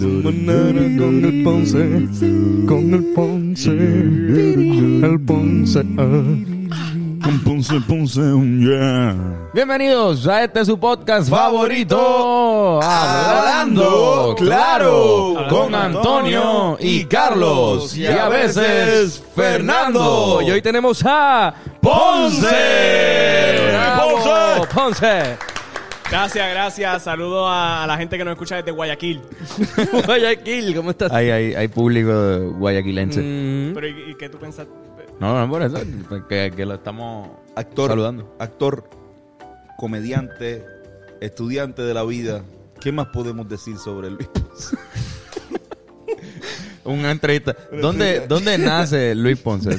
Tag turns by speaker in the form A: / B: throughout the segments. A: Con el Ponce, con el Ponce, el Ponce, ah. con Ponce, Ponce, un yeah.
B: Bienvenidos a este su podcast favorito,
C: Favorito,
B: Hablando
C: Hablando
B: Claro,
C: Claro,
B: con Antonio y Carlos y a veces Fernando. Y hoy tenemos a Ponce. Bravo, Ponce.
D: Gracias, gracias. Saludo a la gente que nos escucha desde Guayaquil.
B: Guayaquil, ¿cómo estás?
C: Hay, hay, hay público guayaquilense.
B: Mm,
D: Pero ¿y, y qué tú pensas?
C: No, no, por eso. Que, que lo estamos
E: Actor,
C: saludando.
E: actor, comediante, estudiante de la vida. ¿Qué más podemos decir sobre Luis Ponce?
C: Una entrevista. ¿Dónde, ¿Dónde nace Luis Ponce?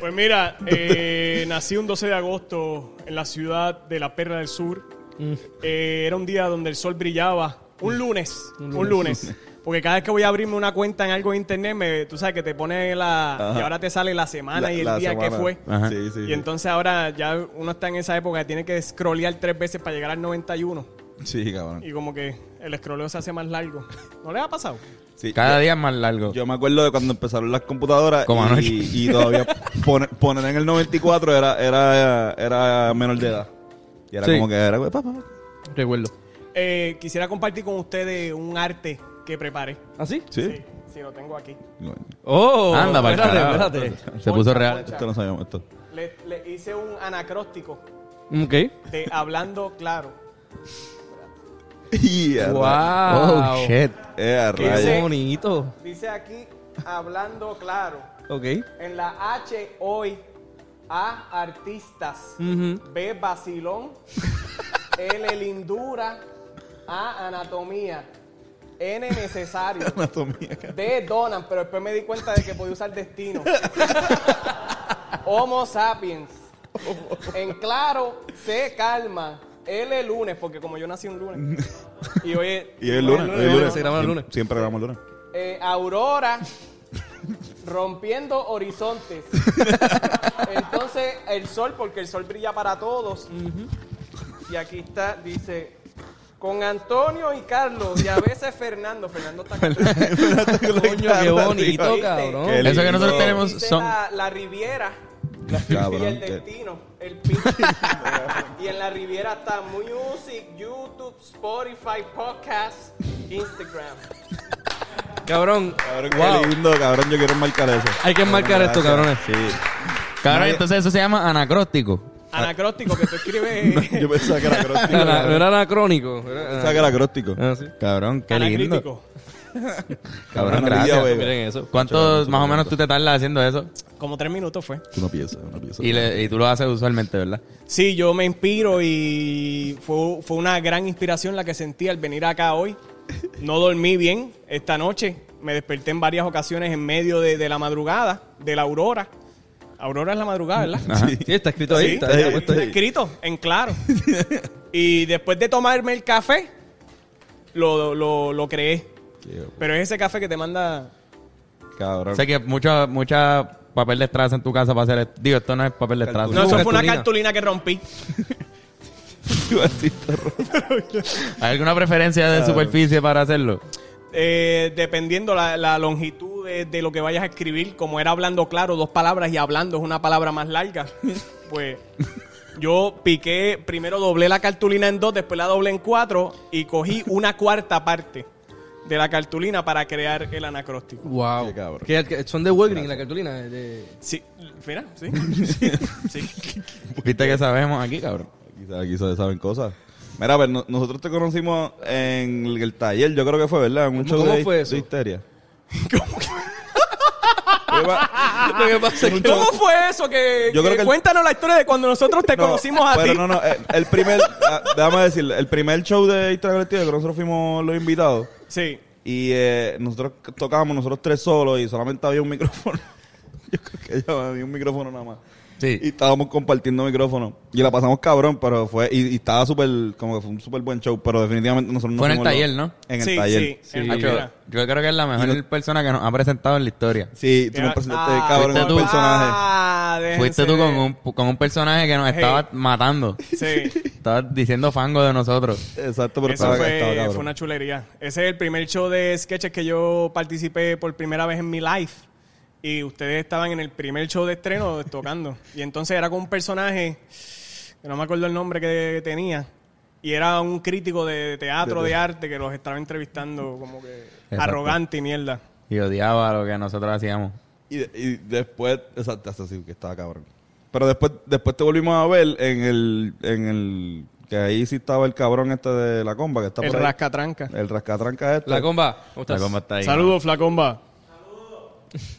D: Pues mira, eh, nací un 12 de agosto en la ciudad de la Perla del Sur.
E: Mm.
D: Eh, era un día donde el sol brillaba. Un lunes, un lunes. Porque cada vez que voy a abrirme una cuenta en algo en internet, me, tú sabes que te pone la...
E: Ajá.
D: Y ahora te sale la semana
E: La-
D: y el
E: la
D: día que
E: semana.
D: fue.
C: Ajá.
E: Sí, sí,
D: Y
E: sí.
D: entonces ahora ya uno está en esa época que tiene que scrollear tres veces para llegar al 91.
E: Sí, cabrón.
D: Y como que el scrolleo se hace más largo. ¿No les ha pasado?
E: Sí,
C: Cada día más largo.
E: yo, yo me acuerdo de cuando empezaron las computadoras
C: Como anoche.
E: y, y todavía pone- poner en el 94 era, era, era menor de edad. Y era
C: Sí.
E: como que era... pa, pa, pa.
B: recuerdo.
D: Eh, quisiera compartir con ustedes un arte que preparé.
B: ¿Así?
E: Sí.
D: Sí, sí, lo tengo aquí.
E: Bueno,
B: Oh,
C: Anda, pa'l
B: espérate,
C: carajo.
B: espérate.
C: Se puso real.
E: esto no sabíamos esto.
D: Le, le hice un anacróstico
B: Ok.
D: de hablando claro.
E: Y a ra-
B: Wow.
C: Oh, shit.
E: eh, a
D: ¿Qué
E: rayos.
D: dice?
B: Qué bonito.
D: Dice aquí hablando claro.
B: Ok.
D: En la H hoy A artistas,
B: Ujú.
D: B vacilón, L lindura, A anatomía, N necesario.
E: Anatomía, cabrón.
D: de Donan, pero después me di cuenta de que podía usar destino. Homo sapiens. En claro, se calma. L lunes, porque como yo nací un lunes. Y oye,
E: Y es lunes. hoy es lunes.
B: se graba el lunes.
E: Siempre- Siempre grabamos el lunes.
D: eh, Aurora rompiendo horizontes. Entonces, el sol, porque el sol brilla para todos. Y aquí está, dice. Con Antonio y Carlos, y a veces Fernando. Fernando está
B: Coño, qué bonito,
D: ¿Viste?
B: cabrón.
E: Qué
C: Eso que nosotros
D: Dice-
C: tenemos
D: dice
C: son-
D: La, la Riviera
E: Cabrón,
D: y el
E: que-
D: destino. El pinche. y en la Riviera está Music, YouTube, Spotify, Podcast, Instagram.
B: Cabrón.
E: Cabrón,
B: Wow.
E: qué lindo, cabrón, yo quiero marcar eso.
B: Hay que marcar esto, cabrones.
E: Sí.
C: Cabrón, entonces eso se llama anacróstico.
D: Anacróstico, que tú escribes.
E: Yo pensaba que era acróstico.
B: Era,
E: cabrón.
B: era anacrónico.
E: Yo
B: Era-
E: Pensaba que era acróstico.
B: Ah, sí.
C: Cabrón, qué lindo.
D: Anacrítico.
C: Cabrón,
E: Ana Lidia
C: gracias.
E: Vega.
B: Miren eso.
C: ¿Cuántos más o menos tú te tardas haciendo eso?
D: Como tres minutos fue.
E: Una pieza, una pieza.
C: Y, le- y tú lo haces usualmente, ¿verdad?
D: Sí, yo me inspiro y fue, fue una gran inspiración la que sentí al venir acá hoy. No dormí bien esta noche. Me desperté en varias ocasiones en medio de, de la madrugada, de la aurora. Aurora es la madrugada, ¿verdad?
B: Sí, está escrito ahí.
D: Ah, Sí,
B: está-
D: está
B: está puesto ahí.
D: escrito, en claro. y después de tomarme el café, lo, lo, lo creé.
E: Qué-
D: Pero es ese café que te manda...
E: Cabrón.
C: Sé que mucha, mucha papel de estraza en tu casa para hacer. est- Digo, esto no es papel de estraza.
D: Pues No, eso fue una
B: cartulina.
D: cartulina que rompí.
C: ¿Hay alguna preferencia de superficie para hacerlo?
D: Eh, dependiendo la, la longitud de, de lo que vayas a escribir, como era hablando claro, dos palabras y hablando es una palabra más larga, pues yo piqué, primero doblé la cartulina en dos, después la doblé en cuatro y cogí una cuarta parte de la cartulina para crear el anacróstico.
B: Wow.
E: Qué cabrón.
B: Que- que son de Walgreens, la cartulina. eh, de-
D: Sí, mira, sí. sí.
C: Viste que sabemos aquí, cabrón.
E: Quizás aquí se saben cosas. Mira, pero nosotros te conocimos en el, el taller, yo creo que fue, ¿verdad? En un
B: ¿Cómo-
E: show
B: cómo
E: de,
B: fue eso?
E: de histeria.
D: Ah,
B: Lo que pasa es que-
D: ¿Cómo fue eso? Que,
E: Yo creo
D: que
E: que el-
D: cuéntanos la historia de cuando nosotros te
E: No,
D: conocimos a
E: pero
D: ti.
E: no, no, el, el primer, ah, déjame decirle, el primer show de Historia Colectiva que nosotros fuimos los invitados
D: Sí.
E: y eh, nosotros tocábamos nosotros tres solos y solamente había un micrófono. Yo creo que ya había un micrófono nada más.
C: Sí.
E: Y estábamos compartiendo micrófono. Y la pasamos cabrón, pero fue. Y, y estaba súper. Como que fue un súper buen show, pero definitivamente nosotros no
C: Fue en el
E: fuimos
C: taller,
E: los-
C: ¿no?
E: En el
D: Sí,
E: taller.
D: sí,
E: Sí,
D: en el
C: Hacho,
D: taller.
C: yo creo que es la mejor persona que nos ha presentado en la historia.
E: Sí, tú
D: Era-
E: nos presentaste,
D: Ah,
E: cabrón,
C: fuiste
E: un
C: tú.
E: personaje.
D: Ah, Ya, déjense
C: Fuiste tú
D: de-
C: con un, con un personaje que nos estaba matando.
D: Sí.
C: Estabas diciendo fango de nosotros.
E: Exacto, pero
D: Eso
E: estaba,
D: fue,
E: estaba cabrón.
D: fue una chulería. Ese es el primer show de sketches que yo participé por primera vez en mi life. Y ustedes estaban en el primer show de estreno tocando. Y entonces era con un personaje, que no me acuerdo el nombre que tenía. Y era un crítico de teatro, de arte, que los estaba entrevistando como que
C: Exacto.
D: arrogante y mierda.
C: Y odiaba lo que nosotros hacíamos.
E: Y, de- y después, exacto, hasta sí, que estaba cabrón. Pero después, después te volvimos a ver en el, en el, que ahí sí estaba el cabrón este de la comba que está
D: el
E: por ahí.
D: rascatranca.
E: El rascatranca este.
B: La comba. ¿cómo estás?
C: La comba está ahí.
D: Saludos, flacomba.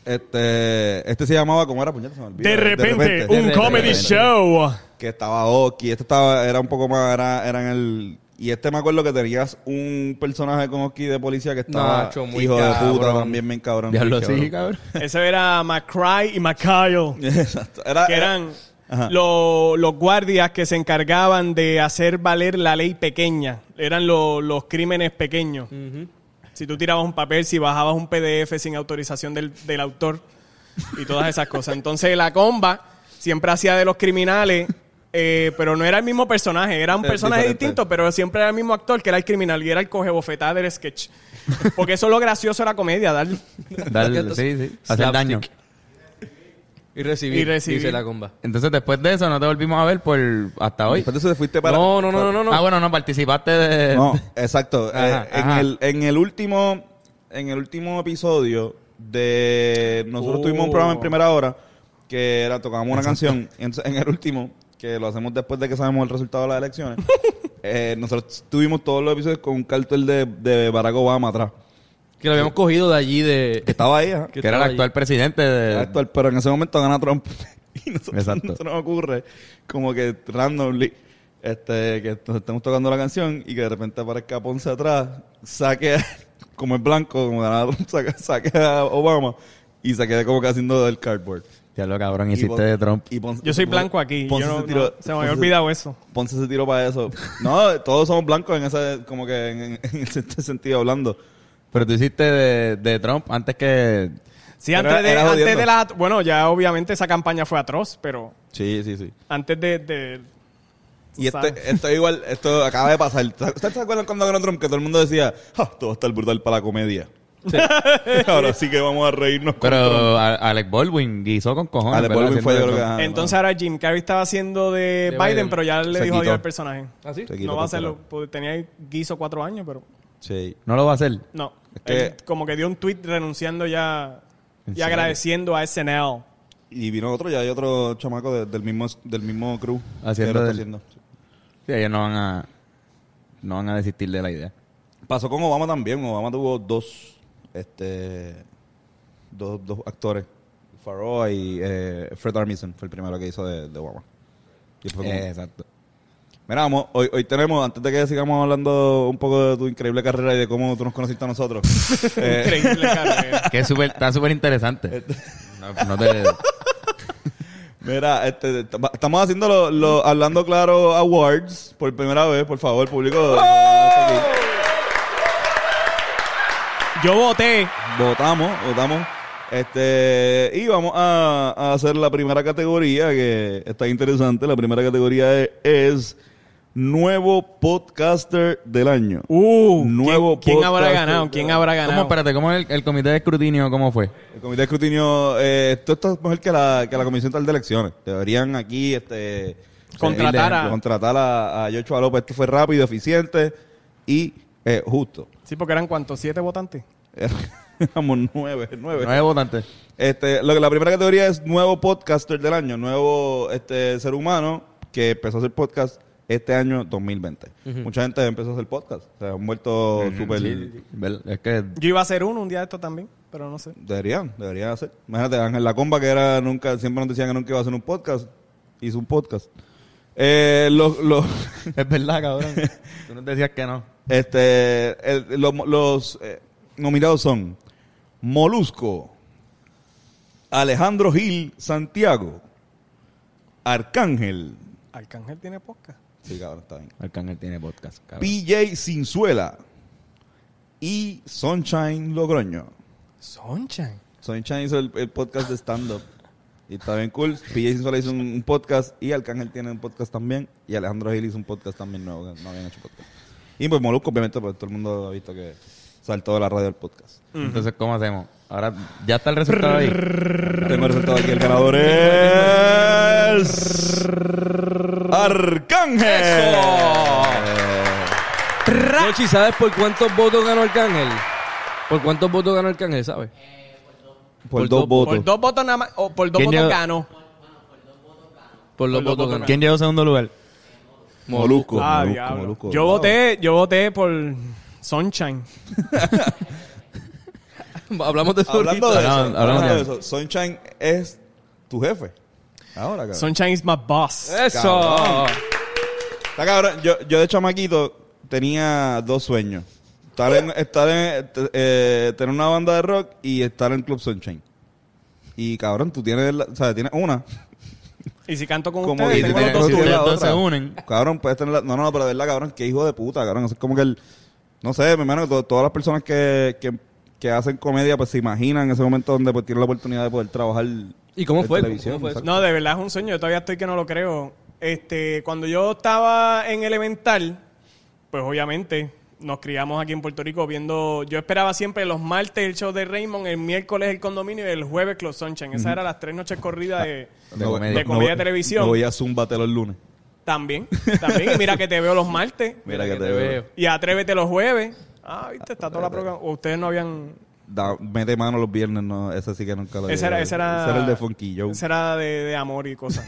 E: este, este se llamaba, ¿cómo era puñeta? Se me olvidó.
D: De repente,
E: repente.
D: un
C: De
D: comedy
C: repente.
D: show.
E: que estaba Oki, este estaba, era un poco más, era, era en el y este me acuerdo que tenías un personaje con Oki de policía que estaba
B: Nacho, muy
E: hijo de puta
B: cabrón.
E: también bien cabrón.
C: Diablo,
E: bien
C: sí, cabrón.
D: Ese era McCry y McKyle.
E: Exacto. Ah, Era,
D: que eran
E: Ajá.
D: lo- los guardias que se encargaban de hacer valer la ley pequeña. Eran lo- los crímenes pequeños. Si tú tirabas un papel, si bajabas un PDF sin autorización del, del autor y todas esas cosas. Entonces la comba siempre hacía de los criminales, eh, pero no era el mismo personaje, era un
E: Es
D: personaje
E: diferente.
D: distinto, pero siempre era el mismo actor que era el criminal y era el cogebocetada del sketch. Porque eso es lo gracioso de la comedia, dar
C: Dar- sí, sí. Hacer daño.
B: Y recibir,
D: Y recibir.
B: dice la comba.
C: Entonces, después de eso, no te volvimos a ver por hasta hoy.
E: Después de eso te fuiste para
B: No, no, no, no, no.
C: Ah, eh, bueno, no participaste de.
E: No, exacto.
C: Ajá,
E: Eh, en,
C: ajá.
E: El, en el último en el último episodio de nosotros
D: Oh.
E: tuvimos un programa en primera hora que era tocábamos una canción Y entonces, en el último que lo hacemos después de que sabemos el resultado de las elecciones. eh, nosotros tuvimos todos los episodios con un cartel de, de Barack Obama atrás.
B: Que lo habíamos cogido de allí
E: Que
B: de...
E: estaba ahí, ajá.
C: que
B: que
C: era el
B: estaba ahí.
C: actual presidente de.
E: Era actual, pero en ese momento gana Trump. y nosotros,
C: Exacto.
E: nosotros nos ocurre como que randomly, este, que nos estemos tocando la canción y que de repente aparezca Ponce atrás, saque, como es blanco, como gana Trump, saque, saque a Obama y se quede como que haciendo del cardboard.
C: Diablo, cabrón,
E: Y
C: hiciste
E: Pon-
C: de Trump.
E: y Ponce-
D: Yo soy
E: Ponce-
D: blanco aquí.
E: Ponce
D: yo no-
E: se tiró-
D: no- se me había
E: Ponce-
D: olvidado eso.
E: Ponce se tiró para eso. No, todos somos blancos en ese, como que en, en- en ese sentido hablando.
C: Pero tú hiciste de, de Trump antes que.
D: Sí,
E: Pero
D: antes, de,
E: era
D: antes
E: jodiendo.
D: de la... Bueno, ya obviamente esa campaña fue atroz, pero
E: Sí, sí, sí.
D: antes de... de- tú
E: Y
D: sabes.
E: este, esto igual, esto acaba de pasar. ¿Ustedes se acuerdan cuando ganó Trump que todo el mundo decía, "Ja, esto va a estar brutal para la comedia? Ahora sí que vamos a reírnos con Trump.
C: Pero a- Alec Baldwin guisó con cojones.
E: Ale
C: ¿verdad?
E: Baldwin fue yo
C: Haciendo
E: creo
C: de
E: que...
C: Trump.
E: ajá,
D: Entonces ahora Jim Carrey estaba haciendo de,
B: De
D: Biden,
B: Biden.
D: pero ya le
E: Se
D: dijo adiós
E: quitó.
D: al personaje.
B: ¿Así?
E: Se quitó
D: No va a
E: por
D: hacerlo,
E: carajo.
D: porque tenía guiso cuatro años, pero
E: Sí.
C: No lo va a hacer.
D: no.
E: Es que-
D: Él como que dio un tweet renunciando ya
C: ¿En
D: y
C: serio?
D: agradeciendo a SNL.
E: Y vino otro, ya hay otro chamaco de- del mismo del mismo crew.
C: Haciendo
E: que lo está
C: del- Sí, ellos no van a. No van a desistir de la idea.
E: Pasó con Obama también. Obama tuvo dos, este, dos, dos actores. Farrow y eh, Fred Armisen fue el primero que hizo de, de Obama. Y fue como-
C: Eh, exacto.
E: Mira, vamos, hoy, hoy tenemos, antes de que sigamos hablando un poco de tu increíble carrera y de cómo tú nos conociste a nosotros. eh,
D: Increíble, cara.
C: Que es súper- está súper interesante. No, no te.
E: mira, este, estamos- estamos haciendo los los Hablando Claro Awards por primera vez, por favor, público.
C: ¡Oh!
D: Yo voté.
E: Votamos, votamos. Este, y vamos a, a hacer la primera categoría que está interesante. La primera categoría es, es Nuevo Podcaster del Año.
D: Uh, ¿quién-
E: Nuevo
D: ¿Quién, habrá
E: podcast.
D: ganado? ¿Quién habrá
C: ¿Cómo,
D: ganado?
C: espérate, ¿cómo el, el comité de escrutinio, cómo fue?
E: El comité de escrutinio, eh, esto está mejor que la, que la comisión tal de elecciones. Deberían aquí, este...
D: Contratar
E: seguirle-
D: a-
E: Contratar a, a Joshua López. Esto fue rápido, eficiente y eh, justo.
D: Sí, porque eran cuántos, siete votantes.
E: Éramos nueve, nueve.
C: Nueve votantes.
E: Este, lo que la primera categoría es nuevo podcaster del año, nuevo este ser humano que empezó a hacer podcast este año 2020. Mucha gente empezó a hacer podcast, se han vuelto súper
C: Vel- Es que
D: Yo iba a ser uno un día de esto también, pero no sé.
E: Deberían, deberían hacer. Imagínate, Ángel La Comba, que era nunca, siempre nos decían que nunca iba a hacer un podcast, hizo un podcast. Eh, los, los,
C: es verdad, cabrón. Tú nos decías que no.
E: este, el- los, los, eh, nominados son Molusco, Alejandro Gil Santiago, Arcángel,
D: Arcángel tiene podcast.
E: sí, cabrón, está bien,
C: Arcángel tiene podcast, cabrón.
E: PJ Cinzuela y Sunshine Logroño.
D: Sunshine.
E: Sunshine hizo el, el podcast de stand-up. Y está bien cool. PJ Sola hizo un, un podcast y Arcángel tiene un podcast también. Y Alejandro Gil hizo un podcast también nuevo, que no habían hecho podcast. Y pues Molusco, obviamente, pues todo el mundo ha visto que saltó de la radio al podcast.
C: Entonces, ¿cómo hacemos? Ahora ya está el resultado ahí.
E: Tengo el resultado aquí. El ganador es... ¡Arcángel!
B: Yoshi, ¿sabes por cuántos votos ganó Arcángel? ¿Por cuántos votos ganó Arcángel, sabes?
E: Por dos
D: Por
E: votos.
D: dos votos nada más, o por dos
C: ¿Quién
D: votos
C: lleva-
D: ganó.
B: Por los votos ganó.
C: ¿Quién llegó segundo lugar?
E: Molusco,
D: Ah,
E: Molusco,
D: diablo.
E: Molusco.
D: Yo voté, yo voté por Sunshine.
B: Hablamos de eso
E: Hablando de
B: ahorita.
E: eso,
C: Hablando- hablando
E: hablando de
C: de
E: eso, Sunshine es tu jefe. Ahora, cabrón.
D: Sunshine is my boss.
B: ¡Eso!
E: Está cabrón. Yo, yo de chamaquito tenía dos sueños. Estar en, estar en te- eh, tener una banda de rock y estar en Club Sunshine. Y cabrón, tú tienes, la- o sea, tienes una.
D: Y si canto con
E: Como
D: ustedes,
E: que
D: tengo
E: tiene-
D: los dos
E: tú tienes
D: tuyos.
E: la
C: Entonces
E: otra.
C: se unen.
E: Cabrón, puedes tener la, no, no, pero de verdad, cabrón, qué hijo de puta, cabrón. Eso es como que el, no sé, mi hermano, to- todas las personas que, que, que hacen comedia, pues se imaginan ese momento donde pues tienen la oportunidad de poder trabajar.
B: ¿Y cómo
E: en
B: fue?
E: televisión,
B: ¿Cómo fue eso?
E: exacto.
D: No, de verdad es un sueño. Yo todavía estoy que no lo creo. Este, cuando yo estaba en elemental, pues obviamente nos criamos aquí en Puerto Rico viendo. Yo esperaba siempre los martes el show de Raymond, el miércoles el condominio y el jueves Close Sunshine. Esas eran las tres noches corridas de.
C: De comedia.
D: De comedia de televisión.
E: No voy a Zumbatelo el lunes.
D: También, también. Y mira que te veo los martes.
E: Mira, que,
B: que
E: te
B: te
E: veo.
B: veo.
D: Y atrévete los jueves. Ah, viste, está toda la programa. o Ustedes no habían.
E: Da- mete mano los viernes, no, ese sí que nunca lo
D: Ese era,
E: llegué.
D: ese era,
E: Ese era el de Funky Joe.
D: Ese era de, de amor y cosas.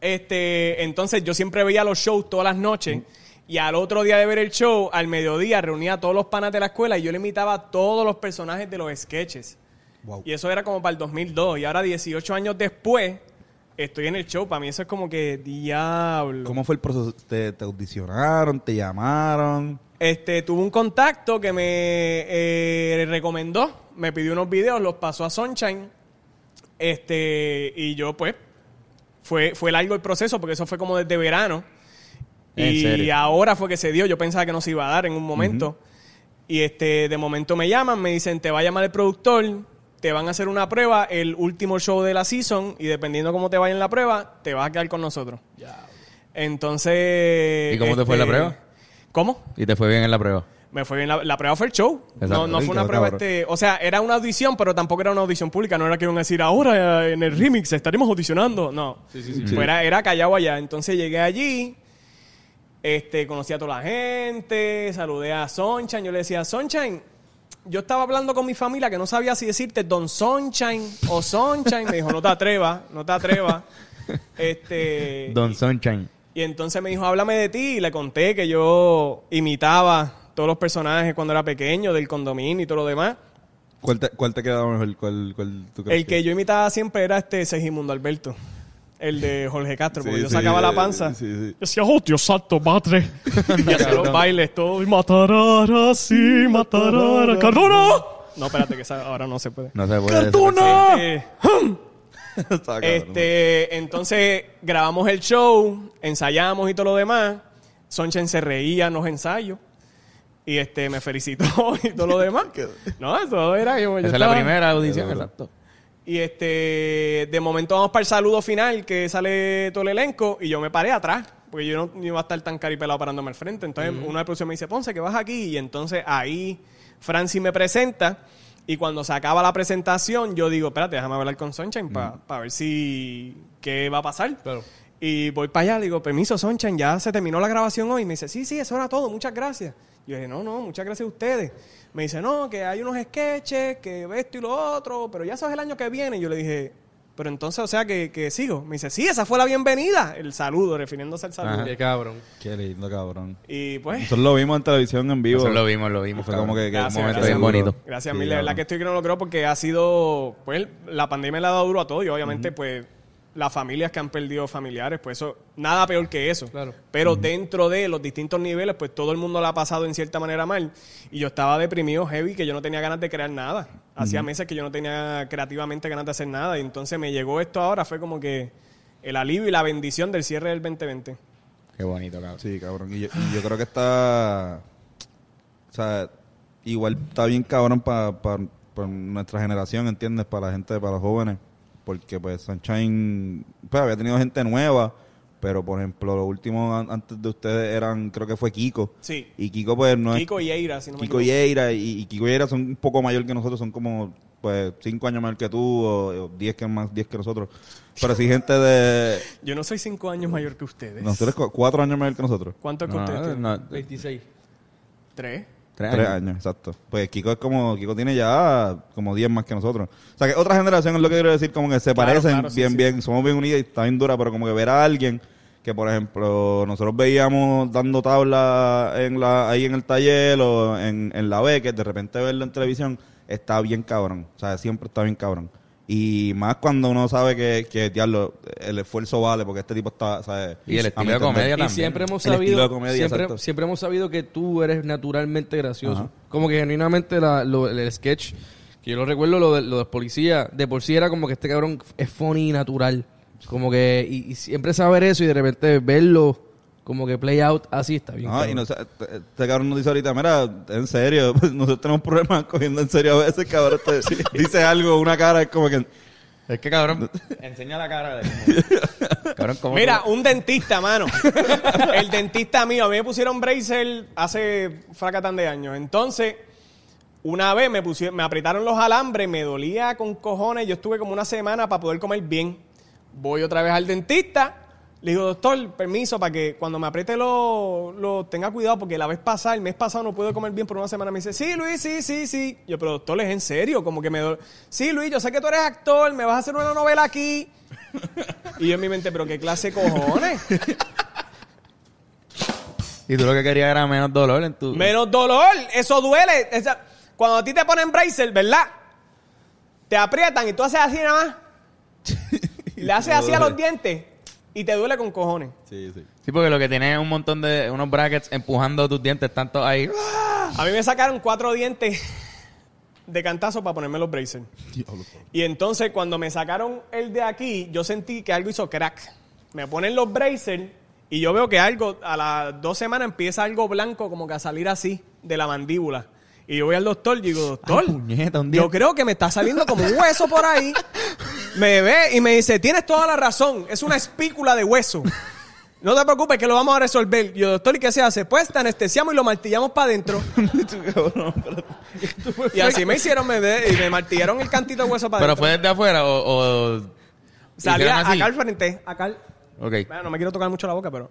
D: este, entonces yo siempre veía los shows todas las noches. Y al otro día de ver el show, al mediodía, reunía a todos los panas de la escuela y yo le imitaba a todos los personajes de los sketches. Y eso era como para el 2002. Y ahora, 18 años después, estoy en el show. Para mí eso es como que diablo.
E: ¿Cómo fue el proceso? ¿Te, te audicionaron? ¿Te llamaron?
D: Este, tuve un contacto que me eh, recomendó, me pidió unos videos, los pasó a Sunshine. Este, y yo, pues, fue, fue largo el proceso porque eso fue como desde verano.
C: ¿En
D: y
C: serio?
D: ahora fue que se dio. Yo pensaba que no se iba a dar en un momento. Y este, de momento me llaman, me dicen, te va a llamar el productor, te van a hacer una prueba, el último show de la season, y dependiendo cómo te vaya en la prueba, te vas a quedar con nosotros. Entonces. este,
C: ¿Y cómo te fue la prueba?
D: ¿Cómo?
C: Y te fue bien en la prueba.
D: Me fue bien. La, la prueba fue el show.
C: Exacto.
D: No, no fue
E: Ay,
D: una
E: qué
D: prueba
E: cabrón.
D: este... O sea, era una audición, pero tampoco era una audición pública. No era que iban a decir, ahora eh, en el remix estaremos audicionando. No. Fuera, era callado allá. Entonces llegué allí, este, conocí a toda la gente, saludé a Sunshine. Yo le decía, Sunshine, yo estaba hablando con mi familia que no sabía si decirte Don Sunshine o Sunshine. Me dijo, no te atrevas, no te atrevas. Este...
C: Don Sunshine.
D: Y entonces me dijo, háblame de ti. Y le conté que yo imitaba todos los personajes cuando era pequeño, del condominio y todo lo demás.
E: ¿Cuál te, cuál te quedaba mejor? ¿Cuál, cuál tú crees
D: El que yo imitaba siempre era este Segimundo Alberto, el de Jorge Castro, porque
E: Sí,
D: yo
E: sí,
D: sacaba la
E: eh,
D: panza.
E: sí, sí.
D: Decía, oh, Dios santo, madre. y hacía los bailes, todo. Y matarara, sí, matarara, carnona. No, espérate, que esa ahora no se puede.
C: No se puede.
D: Eh,
E: Estaba cabrón.
D: Este, entonces grabamos el show, ensayamos y todo lo demás. Sonchen se reía en los ensayos. Y este me felicitó y todo lo demás. No, eso era yo. yo
C: Esa es
D: estaba-
C: la primera audición, exacto.
D: Y este, de momento vamos para el saludo final que sale todo el elenco y yo me paré atrás. Porque yo no, no iba a estar tan caripelado parándome al frente. Entonces, uno de producción me dice, Ponce, que vas aquí. Y entonces ahí Francis me presenta. Y cuando se acaba la presentación, yo digo, espérate, déjame hablar con Sunshine para ver si qué va a pasar. Y voy para allá, le digo, permiso, Sonchan, ya se terminó la grabación hoy. Me dice, sí, sí, eso era todo, muchas gracias. Yo dije, no, no, muchas gracias a ustedes. Me dice, no, que hay unos sketches, que esto y lo otro, pero ya eso es el año que viene. Yo le dije, pero entonces, o sea, que, que sigo. Me dice, sí, esa fue la bienvenida, el saludo, refiriéndose al saludo.
B: Qué cabrón.
E: Qué lindo, cabrón.
D: Y pues,
E: Nosotros lo vimos en televisión en vivo.
C: Eso lo vimos, lo vimos.
E: Fue como que, que
D: Gracias,
E: un momento
D: gracias.
E: bien
C: Bonito.
E: duro.
D: gracias
E: Sí,
D: mil, de verdad
E: cabrón.
D: que estoy que no lo creo porque ha sido, pues, la pandemia le ha dado duro a todo y obviamente, pues, las familias que han perdido familiares, pues eso, nada peor que eso.
B: Claro.
D: Pero dentro de los distintos niveles, pues todo el mundo la ha pasado en cierta manera mal. Y yo estaba deprimido, heavy, que yo no tenía ganas de crear nada. Hacía meses que yo no tenía creativamente ganas de hacer nada. Y entonces me llegó esto ahora, fue como que el alivio y la bendición del cierre del 2020.
C: Qué bonito, cabrón.
E: Sí, cabrón. Y yo, y yo creo que está. O sea, igual está bien cabrón para nuestra generación, ¿entiendes? Para la gente, para los jóvenes. Porque pues Sunshine, pues había tenido gente nueva, pero por ejemplo, lo último an- antes de ustedes eran, creo que fue Kiko.
D: Sí.
E: Y Kiko pues no es...
D: Kiko y Eira, si no me
E: Kiko
D: equivoco.
E: Yeira y, y Kiko Yeira son un poco mayor que nosotros, son como pues cinco años mayor que tú o, o diez que más diez que nosotros. Pero sí gente de
D: Yo no soy cinco años mayor que ustedes.
E: nosotros cu- cuatro años mayor que nosotros.
D: ¿Cuánto es que
C: No,
D: ustedes tienen?
C: no, tres
B: 26.
D: Tres.
E: Tres
C: años.
E: años, exacto. Pues Kiko es como, Kiko tiene ya como 10 más que nosotros. O sea que otra generación es lo que quiero decir, como que se
D: Claro,
E: parecen
D: claro, sí,
E: bien,
D: sí,
E: bien, somos bien unidos y está bien dura, pero como que ver a alguien que por ejemplo nosotros veíamos dando tabla en la, ahí en el taller o en, en la B, que de repente verlo en televisión está bien cabrón. O sea, siempre está bien cabrón. Y más cuando uno sabe que, que diablo, el esfuerzo vale, porque este tipo está, ¿sabes?
C: Y el
E: A
C: estilo
E: mi
C: de
E: entender.
C: comedia
B: Y
C: también.
B: siempre hemos
E: El estilo
B: sabido,
E: de comedia,
B: siempre,
E: exacto.
B: siempre hemos sabido que tú eres naturalmente gracioso.
E: Ajá.
B: Como que genuinamente la- lo- el sketch, que yo lo recuerdo, lo de, lo de policía, de por sí era como que este cabrón es funny y natural. Como que, y, y siempre saber eso y de repente verlo como que play out así está bien.
E: No, y
B: cabrón.
E: no, sé, este este cabrón nos dice ahorita, mira, en serio, pues, nosotros tenemos problemas cogiendo en serio a veces, cabrón. Te Dice algo, una cara, es como que...
C: Es que cabrón, enseña la cara de Cabrón, ¿cómo
D: Mira,
C: tú-
D: un dentista, mano. El dentista mío, a mí me pusieron bracer hace fracatán de años. Entonces, una vez me pusieron, me apretaron los alambres, me dolía con cojones. Yo estuve como una semana para poder comer bien. Voy otra vez al dentista. Le digo, doctor, permiso para que cuando me apriete lo, lo tenga cuidado porque la vez pasada, el mes pasado no pude comer bien por una semana. Me dice, sí, Luis, sí, sí, sí. Yo, pero doctor, es en serio, como que me do- Sí, Luis, yo sé que tú eres actor, me vas a hacer una novela aquí. Y yo en mi mente, pero qué clase de cojones.
C: Y tú lo que querías era menos dolor en tu...
D: Menos dolor, eso duele. Esa- cuando a ti te ponen bracer, ¿verdad? Te aprietan y tú haces así nada más. Le haces así a los dientes y te duele con cojones.
E: Sí, sí.
C: Sí, porque lo que tienes es un montón de... Unos brackets empujando tus dientes, tanto ahí.
D: A mí me sacaron cuatro dientes de cantazo para ponerme los bracer. Y entonces cuando me sacaron el de aquí, yo sentí que algo hizo crack. Me ponen los bracer y yo veo que algo, a las dos semanas empieza algo blanco como que a salir así de la mandíbula. Y yo voy al doctor y digo, doctor,
C: Ah, puñeta, un
D: yo
C: diente.
D: creo que me está saliendo como un hueso por ahí. Me ve y me dice, tienes toda la razón, es una espícula de hueso. No te preocupes que lo vamos a resolver. Y yo, doctor, ¿y qué se hace? Pues te anestesiamos y lo martillamos para adentro. Y así me hicieron, me de- y me martillaron el cantito de hueso para
C: Pero
D: adentro.
C: fue desde afuera o... o...
D: Salía
C: hicieron así?
D: acá al frente, acá al-
C: Ok.
D: Bueno, no me quiero tocar mucho la boca, pero...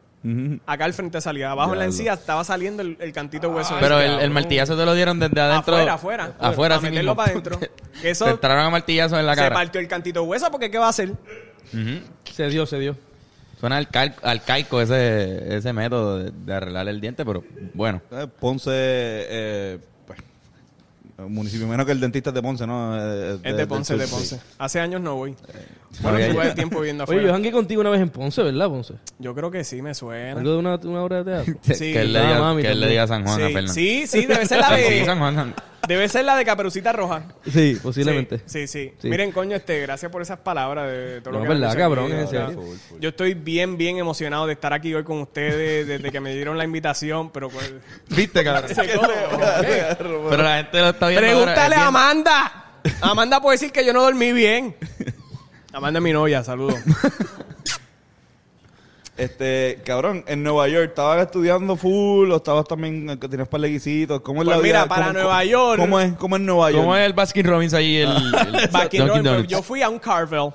D: Acá al frente salía. Abajo en la
E: Diablo.
D: encía estaba saliendo el, el cantito de hueso.
C: Pero
D: Ese,
C: el, el
D: cabrón.
C: martillazo te lo dieron desde adentro.
D: Afuera, afuera.
C: Afuera,
D: Para
C: así
D: meterlo
C: mismo.
D: para adentro. Que eso-
C: Te entraron a martillazo en la
D: Se
C: cara.
D: partió el cantito de hueso porque ¿qué va a hacer?
B: Se dio, se dio.
C: Suena alcal- alcaico ese, ese método de, de arreglar el diente, pero bueno.
E: Eh, Ponce, eh, pues, un municipio menos que el dentista es de Ponce, ¿no? Eh,
D: Es de
E: del
D: Ponce,
E: sur,
D: de
E: sí. Eh,
D: Ponce. Hace años no voy. Bueno,
C: Ok.
D: tuve tiempo viendo
B: Oye, yo
D: afuera.
B: hangué contigo una vez en Ponce, ¿verdad, Ponce?
D: Yo creo que sí, me suena.
B: Algo de una, una obra de teatro.
D: Sí.
C: que él le
B: Ah,
C: diga,
B: mami,
C: que él le
B: también.
C: diga San Juan a
D: Sí,
C: Fernández.
D: sí, sí, debe ser la
C: Sí, San
D: de...
C: Juan. San-
D: Debe ser la de Caperucita Roja.
B: Sí, posiblemente.
D: Sí, sí, sí.
B: Sí.
D: Miren, coño, este, gracias por esas palabras de todo
B: No,
D: lo que me
B: verdad,
D: han
B: cabrón,
D: dicho aquí,
B: en
D: de verdad.
B: serio.
E: Full, full.
D: Yo estoy bien, bien emocionado de estar aquí hoy con ustedes desde que me dieron la invitación, pero pues,
C: Viste, cabrón.
D: se cojo, ¿qué?
C: Pero la gente lo está viendo.
D: Pregúntale a
C: mamá.
D: Amanda. Amanda puede decir que yo no dormí bien. Amanda es mi novia, saludos.
E: Este, cabrón, en Nueva York, ¿estabas estudiando full o estabas también, eh, que tenías par de guisitos? ¿Cómo es
D: Pues
E: la
D: mira,
E: vida?
D: para
E: ¿Cómo-
D: Nueva
E: cómo-
D: York-
E: ¿Cómo es, cómo es Nueva York?
C: ¿Cómo es el Baskin Robbins ahí? El, el
D: Back in
C: Dunkin'
D: Rome,
C: Donuts?
D: Ah. yo fui a un Carvel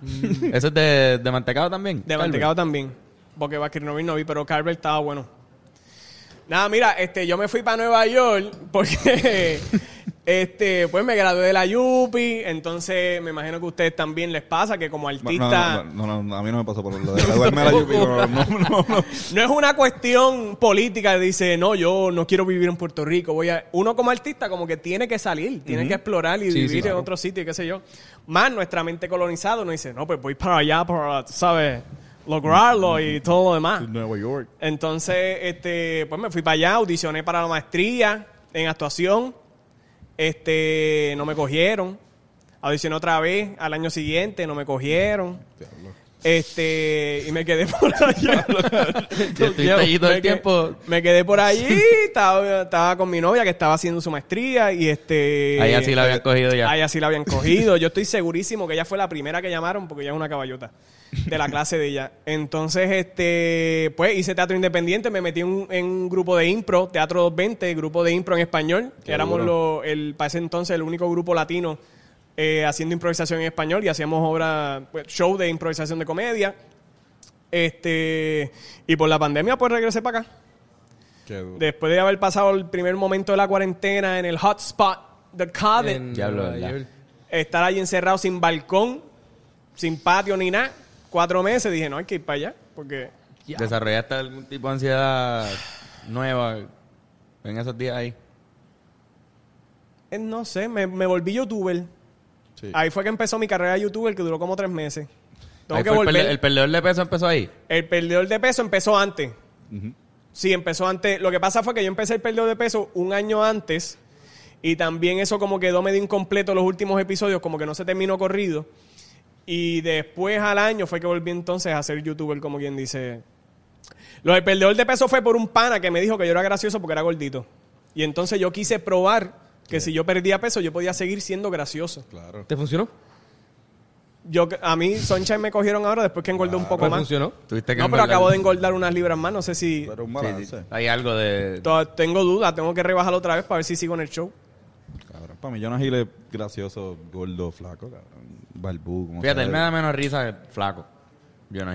C: ¿Eso es de, de mantecado también?
D: de mantecado también, porque Bakirnovin no vi, pero Carvel estaba bueno. Nada, mira, este, yo me fui para Nueva York porque este, pues me gradué de la Yupi, entonces me imagino que a ustedes también les pasa que como
E: No,
D: artista
E: no, no, no, no, a mí no me pasó por lo de graduarme a la UPI, no, no, no, no.
D: No es una cuestión política, dice, no, yo no quiero vivir en Puerto Rico. Voy a... Uno como artista como que tiene que salir, tiene que explorar y
B: Sí, sí,
D: vivir
B: claro.
D: en otro sitio y qué sé yo. Más nuestra mente colonizada nos dice, no, pues voy para allá para, tú sabes, lograrlo y todo lo demás.
E: Nueva York.
D: Entonces, este, pues me fui para allá, audicioné para la maestría en actuación. Este, no me cogieron. Audicioné otra vez al año siguiente, no me cogieron. Este, y me quedé por allá.
C: Yo estoy allí todo
D: Me
C: el
D: que-
C: tiempo.
D: Me quedé por allí, estaba, estaba con mi novia que estaba haciendo su maestría y este...
C: Ahí así la habían cogido ya.
D: Ahí así la habían cogido. Yo estoy segurísimo que ella fue la primera que llamaron porque ella es una caballota de la clase de ella. Entonces, este, pues hice teatro independiente, me metí en un- en un grupo de impro, Teatro 220, grupo de impro en español, que éramos lo- el, para ese entonces el único grupo latino eh, haciendo improvisación en español y hacíamos obra, pues, show de improvisación de comedia. Este, y por la pandemia, pues regresé para acá. Después de haber pasado el primer momento de la cuarentena en el hotspot, the COVID,
B: En
C: Diablo,
B: Nueva
C: ¿verdad?
B: York.
D: estar ahí encerrado sin balcón, sin patio ni nada, cuatro meses, dije, no, hay que ir para allá, porque
C: ¿Desarrollaste algún tipo de ansiedad nueva en esos días ahí?
D: eh, no sé, me, me volví youtuber.
E: Sí.
D: Ahí fue que empezó mi carrera de youtuber, que duró como tres meses. Tengo
C: Ahí
D: que
C: fue el,
D: volver.
C: perde- el perdedor de peso empezó ahí.
D: El perdedor de peso empezó antes. Sí, empezó antes. Lo que pasa fue que yo empecé el perdedor de peso un año antes y también eso como quedó medio incompleto los últimos episodios, como que no se terminó corrido. Y después al año fue que volví entonces a ser youtuber, como quien dice. Lo del perdedor de peso fue por un pana que me dijo que yo era gracioso porque era gordito. Y entonces yo quise probar que si yo perdía peso yo podía seguir siendo gracioso.
E: Claro.
B: ¿Te funcionó?
D: Yo, a mí Sunshine me cogieron ahora después que engordé un poco
B: ¿Te
D: más.
B: funcionó?
C: Tuviste que
D: No, pero
C: engordar.
D: acabo de engordar unas libras más. No sé si.
E: Pero un
C: Sí,
E: balance.
C: sí. Hay algo de...
D: to- Tengo dudas. Tengo que rebajarlo otra vez para ver si sigo en el show.
E: Cabrón, para mí, Jonah Hill es gracioso, gordo, flaco, cabrón. Barbú, como
C: Fíjate,
E: sea.
C: él me da menos risa que flaco. Yo no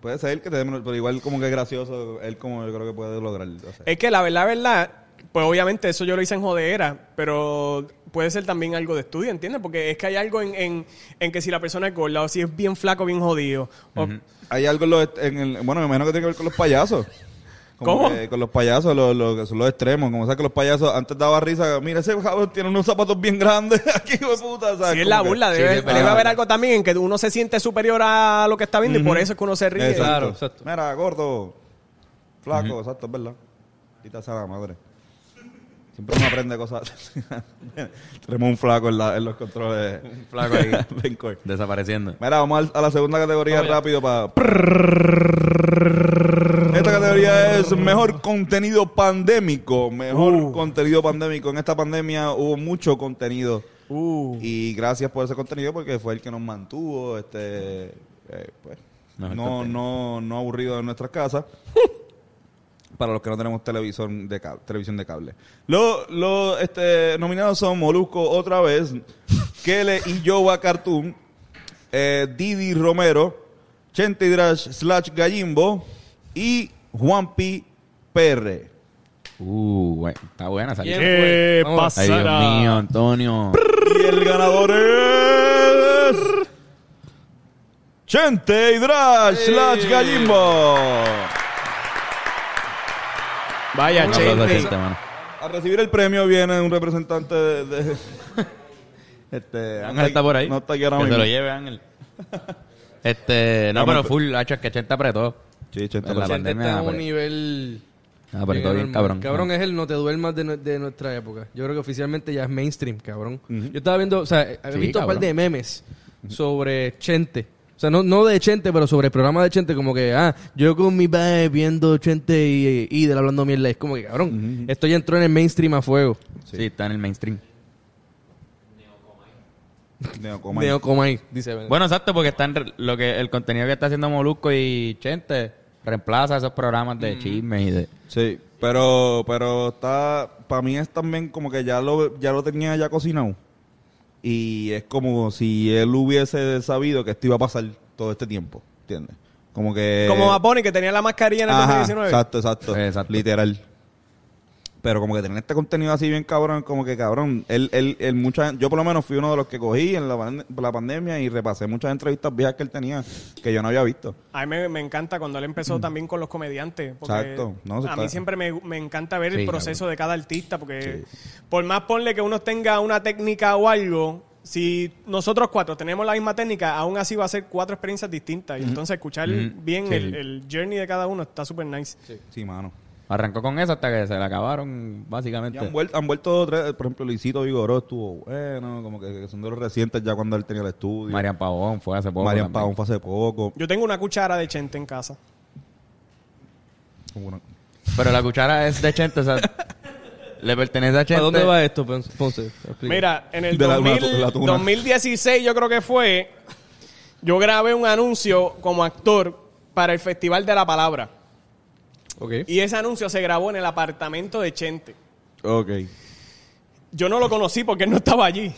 E: Puede ser que te dé menos, pero igual como que es gracioso, él como yo creo que puede lograr. o sea.
D: Es que la verdad, verdad, pues obviamente eso yo lo hice en jodera, pero puede ser también algo de estudio, ¿entiendes? Porque es que hay algo en, en, en que si la persona es gorda o si es bien flaco, bien jodido. o-
E: Hay algo en los est- en el, bueno, me imagino que tiene que ver con los payasos. Como
D: ¿Cómo?
E: que con los payasos, los, los, que son los extremos. Como sabes que los payasos antes daba risa. Mira, ese cabrón tiene unos zapatos bien grandes. Aquí, hijo de puta. ¿sabes?
D: Si es la
E: Como que-
D: burla,
C: Sí,
D: debe,
C: sí, pero-
D: debe haber algo también en que uno se siente superior a lo que está viendo y por eso es que uno se ríe.
E: Exacto.
B: Claro, exacto.
E: Mira, gordo, flaco, exacto, es verdad. Y te hace la madre. Siempre uno aprende cosas. Tenemos un flaco en, la- en los controles. Un
C: flaco ahí.
E: Mira,
C: Desapareciendo.
E: vamos al- a la segunda categoría rápido para... Esta categoría es mejor contenido pandémico. Mejor contenido pandémico. En esta pandemia hubo mucho contenido.
D: Uh.
E: Y gracias por ese contenido porque fue el que nos mantuvo, este, eh, pues,
C: Mejor
E: no,
C: contenido.
E: no, no aburrido en nuestras casas. Para los que no tenemos televisión de cable, televisión de cable. Los los, este, nominados son Molusco otra vez, Kele y Yowa Cartoon, eh, Didi Romero, Chente Drash slash Gallimbo y Juan P. PR.
C: Uh, bueno, está buena esa lista.
B: ¿Qué
C: Ay, Dios mío, Antonio.
E: Y el ganador es. Chente y Drash slash Gallimbo.
D: Vaya,
C: Un aplauso a
D: Chente.
C: Chente, mano.
E: A recibir el premio viene un representante de. de- este,
C: Ángel está por ahí.
E: No está aquí ahora
C: que
E: mismo.
C: se lo lleve, Ángel. Este, no,
E: Vamos,
C: pero
E: pues.
C: full, hacho, es que Chente apretó.
E: Sí, Chente,
C: La
E: pero-
B: Chente
C: pandemia
B: está a
C: apretó.
B: un nivel...
C: Apretó bien,
B: normal.
C: cabrón.
B: Cabrón eh. es el no te duermas de, nu- de nuestra época. Yo creo que oficialmente ya es mainstream, cabrón. Yo estaba viendo, o sea, eh, había
C: Sí,
B: visto un par
C: cabrón.
B: de memes sobre Chente. O sea, no, no de Chente, pero sobre el programa de Chente, como que, ah, yo con mi padre viendo Chente y, y del hablando mierda. Es como que, cabrón, esto ya entró en el mainstream a fuego.
C: Sí. está en el mainstream.
E: Neocomay.
B: Neo Comay, dice. Ben.
C: Bueno, exacto, porque están re- lo que el contenido que está haciendo Molusco y Chente reemplaza esos programas
D: Mm.
C: de chismes y de.
E: Sí, pero, pero está. Para mí es también como que ya lo, ya lo tenía ya cocinado. Y es como si él hubiese sabido que esto iba a pasar todo este tiempo. ¿Entiendes? Como que.
C: Eh,
D: Como a Bonnie, que tenía la mascarilla en el
E: Ajá,
D: 2019.
E: Exacto, exacto,
C: Exacto.
E: Literal. Pero como que tener este contenido así bien cabrón, como que cabrón, él, él, él mucha, yo por lo menos fui uno de los que cogí en la, pan- la pandemia y repasé muchas entrevistas viejas que él tenía que yo no había visto.
D: A mí me, me encanta cuando él empezó también con los comediantes. porque
E: Mm. Exacto. No, se
D: a
E: está-
D: mí siempre me, me encanta ver el
C: Sí,
D: proceso de cada artista, porque por más ponle que uno tenga una técnica o algo, si nosotros cuatro tenemos la misma técnica, aún así va a ser cuatro experiencias distintas. Y entonces escuchar bien
C: Sí.
D: el, el journey de cada uno está súper nice.
E: Sí, mano.
C: Arrancó con esa hasta que se la acabaron, básicamente.
E: Y han vuelto, han vuelto tres, por ejemplo, Luisito Vigoró estuvo bueno, como que, que son de los recientes ya cuando él tenía el estudio.
C: Marian Pavón fue hace poco.
E: Marian
C: también.
E: Pavón fue hace poco.
D: Yo tengo una cuchara de chente en casa.
E: Como una-
C: Pero la cuchara es de Chente, o sea, le pertenece a Chente.
B: ¿Para dónde va esto, Ponce? Ponce? Explica.
D: Mira, en el
E: De la-
D: 2000
E: la- la tuna.
D: 2016 yo creo que fue, yo grabé un anuncio como actor para el Festival de la Palabra.
B: Ok.
D: Y ese anuncio se grabó en el apartamento de Chente.
E: Ok.
D: Yo no lo conocí porque él no estaba allí.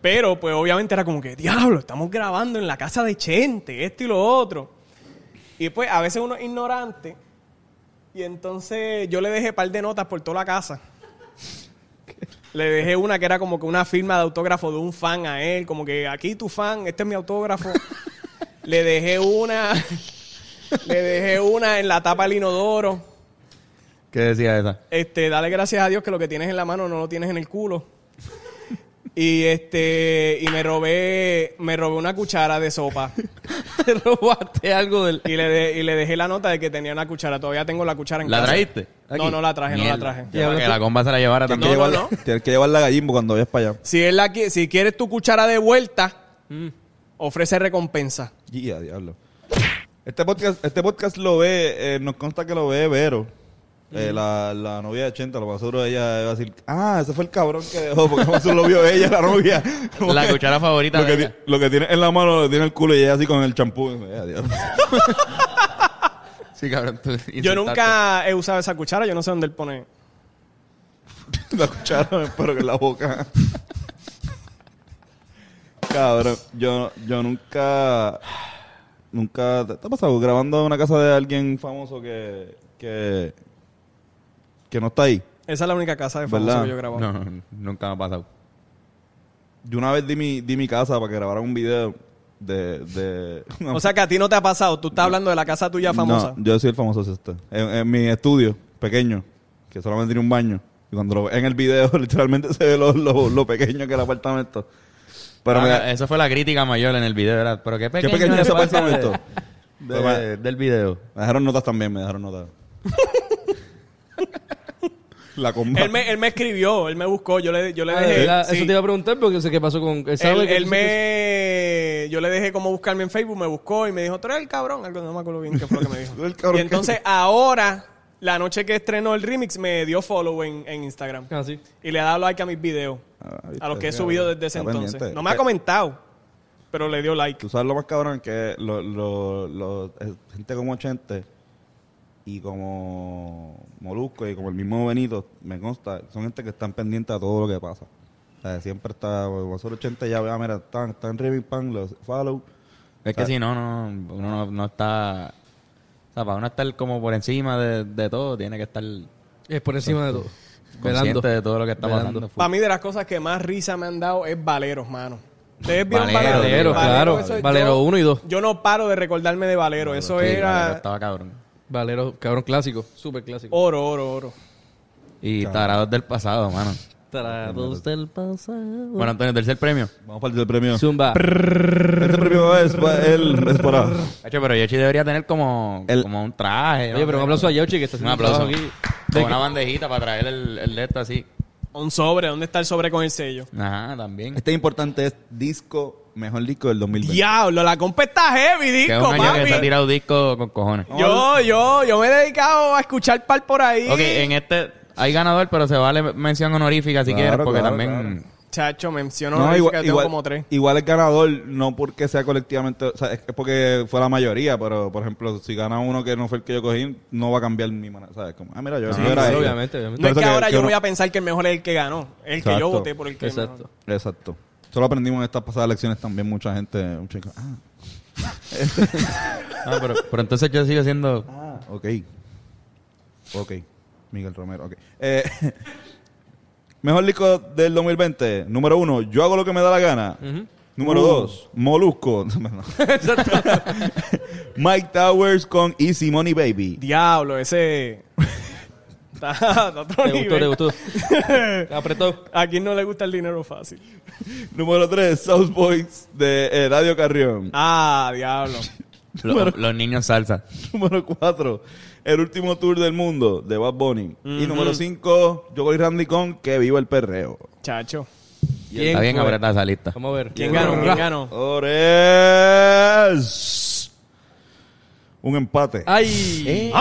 D: Pero pues obviamente era como que, diablo, estamos grabando en la casa de Chente, esto y lo otro. Y pues a veces uno es ignorante. Y entonces yo le dejé par de notas por toda la casa. Le dejé una que era como que una firma de autógrafo de un fan a él, como que aquí tu fan, este es mi autógrafo. le dejé una, le dejé una en la tapa del inodoro.
C: ¿Qué decía esa?
D: Este, dale gracias a Dios que lo que tienes en la mano no lo tienes en el culo. Y este, y me robé, me robé una cuchara de sopa.
B: Te robaste algo del...
D: Y le, de- y le dejé la nota de que tenía una cuchara. Todavía tengo la cuchara en
C: ¿La
D: casa.
C: trajiste?
D: No, no la traje, no la
C: Mierda.
D: traje.
C: Ya, para que la comba se la llevara
E: Tienes,
C: también.
E: que
D: no,
E: llevar,
D: no.
E: tienes que llevar la gallimbo cuando vayas para allá.
D: Si él la qui- si quieres tu cuchara de vuelta,
B: Mm.
D: ofrece recompensa.
E: Yeah, diablo. Este podcast, este podcast lo ve, eh, nos consta que lo ve Vero. eh, la, la novia de 80, lo más seguro ella va a decir, ah, ese fue el cabrón que dejó, porque más seguro lo vio ella, la novia. Como
C: La
E: que-
C: cuchara favorita
E: lo que,
C: de
E: ti-
C: ella.
E: lo que tiene en la mano, lo que tiene en el culo y ella así con el champú. Eh, Dios.
C: Sí, cabrón, tú
D: Yo
C: insultaste.
D: nunca he usado esa cuchara, yo no sé dónde él pone.
E: La cuchara, espero que en la boca. Cabrón, yo, yo nunca. Nunca. ¿Te te ha pasado grabando en una casa de alguien famoso que. que. que no está ahí?
D: Esa es la única casa de famoso
E: ¿Verdad?
D: que yo he grabado.
C: No, no, nunca me ha pasado.
E: Yo una vez di mi, di mi casa para que grabaran un video de. de
D: O sea que a ti no te ha pasado, tú estás hablando de la casa tuya famosa.
E: No, yo soy el famoso sí, está. En, en mi estudio, pequeño, que solamente tiene un baño. Y cuando lo ve en el video, literalmente se ve lo, lo, lo pequeño que es el apartamento. Pero
C: Ah,
E: me,
C: Esa fue la crítica mayor en el video, ¿verdad? Pero qué pequeño,
E: Qué pequeño ese
C: espacio
E: apartamento.
C: de-
E: Pero me-
C: de- del video.
E: me dejaron notas también, me dejaron notas. La comba.
D: Él me, él me escribió, él me buscó, yo le, yo le
B: Ah,
D: dejé.
B: ¿verdad?
D: sí.
B: Eso te iba a preguntar porque sé qué pasó con... Él, sabe
D: Él,
B: que
D: él
B: tú hiciste
D: me. Yo le dejé como buscarme en Facebook, me buscó y me dijo, tú eres el cabrón. Algo no me acuerdo bien qué fue lo que me dijo.
E: Tú eres el cabrón
D: y entonces ahora, la noche que estrenó el remix, me dio follow en, en Instagram.
B: eso. Ah, sí.
D: Y le ha dado like a mis videos.
E: Ah, viste,
D: a los que he
E: sí,
D: subido
E: cabrón.
D: desde ese
E: Está
D: entonces.
E: pendiente. Eh.
D: No me ha comentado, pero le dio like.
E: Tú sabes lo más cabrón que lo, lo, lo, eh, gente como 80 y como Molusco y como el mismo Benito, me consta, son gente que están pendientes a todo lo que pasa. O sea, siempre está, vosotros 80 ya, vea, mira, están, están Riving Pan, los follow.
C: Es que
E: Ah.
C: si no, no, uno no, no está... O sea, para uno estar como por encima de, de todo, tiene que estar
B: Es por encima de todo. Velando.
C: consciente de todo lo que está
B: Velando.
C: pasando.
D: Para mí, de las cosas que más risa me han dado es Valeros, mano. Ustedes vieron
C: Valero,
D: Valero.
B: Valero, claro.
D: eso es-
B: Valero
D: yo-
B: uno y dos.
D: Yo no paro de recordarme de Valero. Eso
C: Sí,
D: era
C: Valero Estaba cabrón.
B: Valero, cabrón clásico. Súper clásico.
D: oro, oro, oro.
C: Y tarados del pasado, mano.
B: Trados del pasado.
C: Bueno, Antonio, tercer premio.
E: Vamos a partir del premio. Este
B: Zumba.
E: premio es, pa- el, es para...
C: Hacho, pero Yoshi debería tener como,
E: El-
C: como un traje.
B: Oye, pero un aplauso a Yoshi que está
C: Un
B: haciendo
C: aplauso.
B: trabajo aquí.
C: Con una bandejita para traer el, el de esto así.
D: Un sobre, ¿dónde está el sobre con el sello?
C: Ajá, también.
E: Este importante es disco, mejor disco del 2020.
D: Diablo, la compa está heavy,
C: Que es
D: disco,
C: un año que
D: papi.
C: se ha tirado disco con cojones.
D: Yo, yo, yo me he dedicado a escuchar par por ahí.
C: Ok, en este hay ganador, pero se vale mención honorífica si
E: Claro,
C: quieres, porque
E: claro,
C: también...
D: Chacho, menciono
E: No,
D: honorífica,
E: igual,
D: tengo
E: igual-
D: como tres.
E: igual es ganador, no porque sea colectivamente, o sea, es que porque fue la mayoría, pero por ejemplo, si gana uno que no fue el que yo cogí, no va a cambiar mi manera, ¿sabes? Como, ah, mira, yo, yo era
B: sí,
D: eh.
E: él.
B: obviamente, obviamente.
E: Por
D: No es
E: eso
D: que ahora yo
E: uno-
D: voy a pensar que el mejor es el que ganó. El que yo
E: Exacto.
D: voté por el que
B: Exacto.
E: Exacto. Eso lo aprendimos en estas pasadas elecciones también, mucha gente, mucha gente, ah,
C: Ah, pero, pero entonces yo sigo siendo...
E: ah, ok. Ok. Miguel Romero, ok. Eh, mejor disco del 2020, número uno, yo hago lo que me da la gana. Número dos, Molusco. Mike Towers con Easy Money Baby.
D: Diablo, ese... está, está a otro
B: Te gustó,
D: nivel.
B: te gustó. Te apretó.
D: A quien no le gusta el dinero fácil.
E: Número 3, South Boys de eh, Radio Carrión.
D: Ah, diablo.
C: Lo-
E: Número-
C: los niños salsa.
E: Número 4, el último tour del mundo de Bad Bunny. Y número 5, yo voy Randy con Que viva el perreo.
D: Chacho.
B: ¿Quién
C: Está
D: pues.
C: bien
B: fue?
C: apretada esa lista.
B: Vamos a ver.
D: ¿Quién ganó? ¿Quién ganó?
E: Ores. Un empate.
B: ¡Ay!
C: Eh.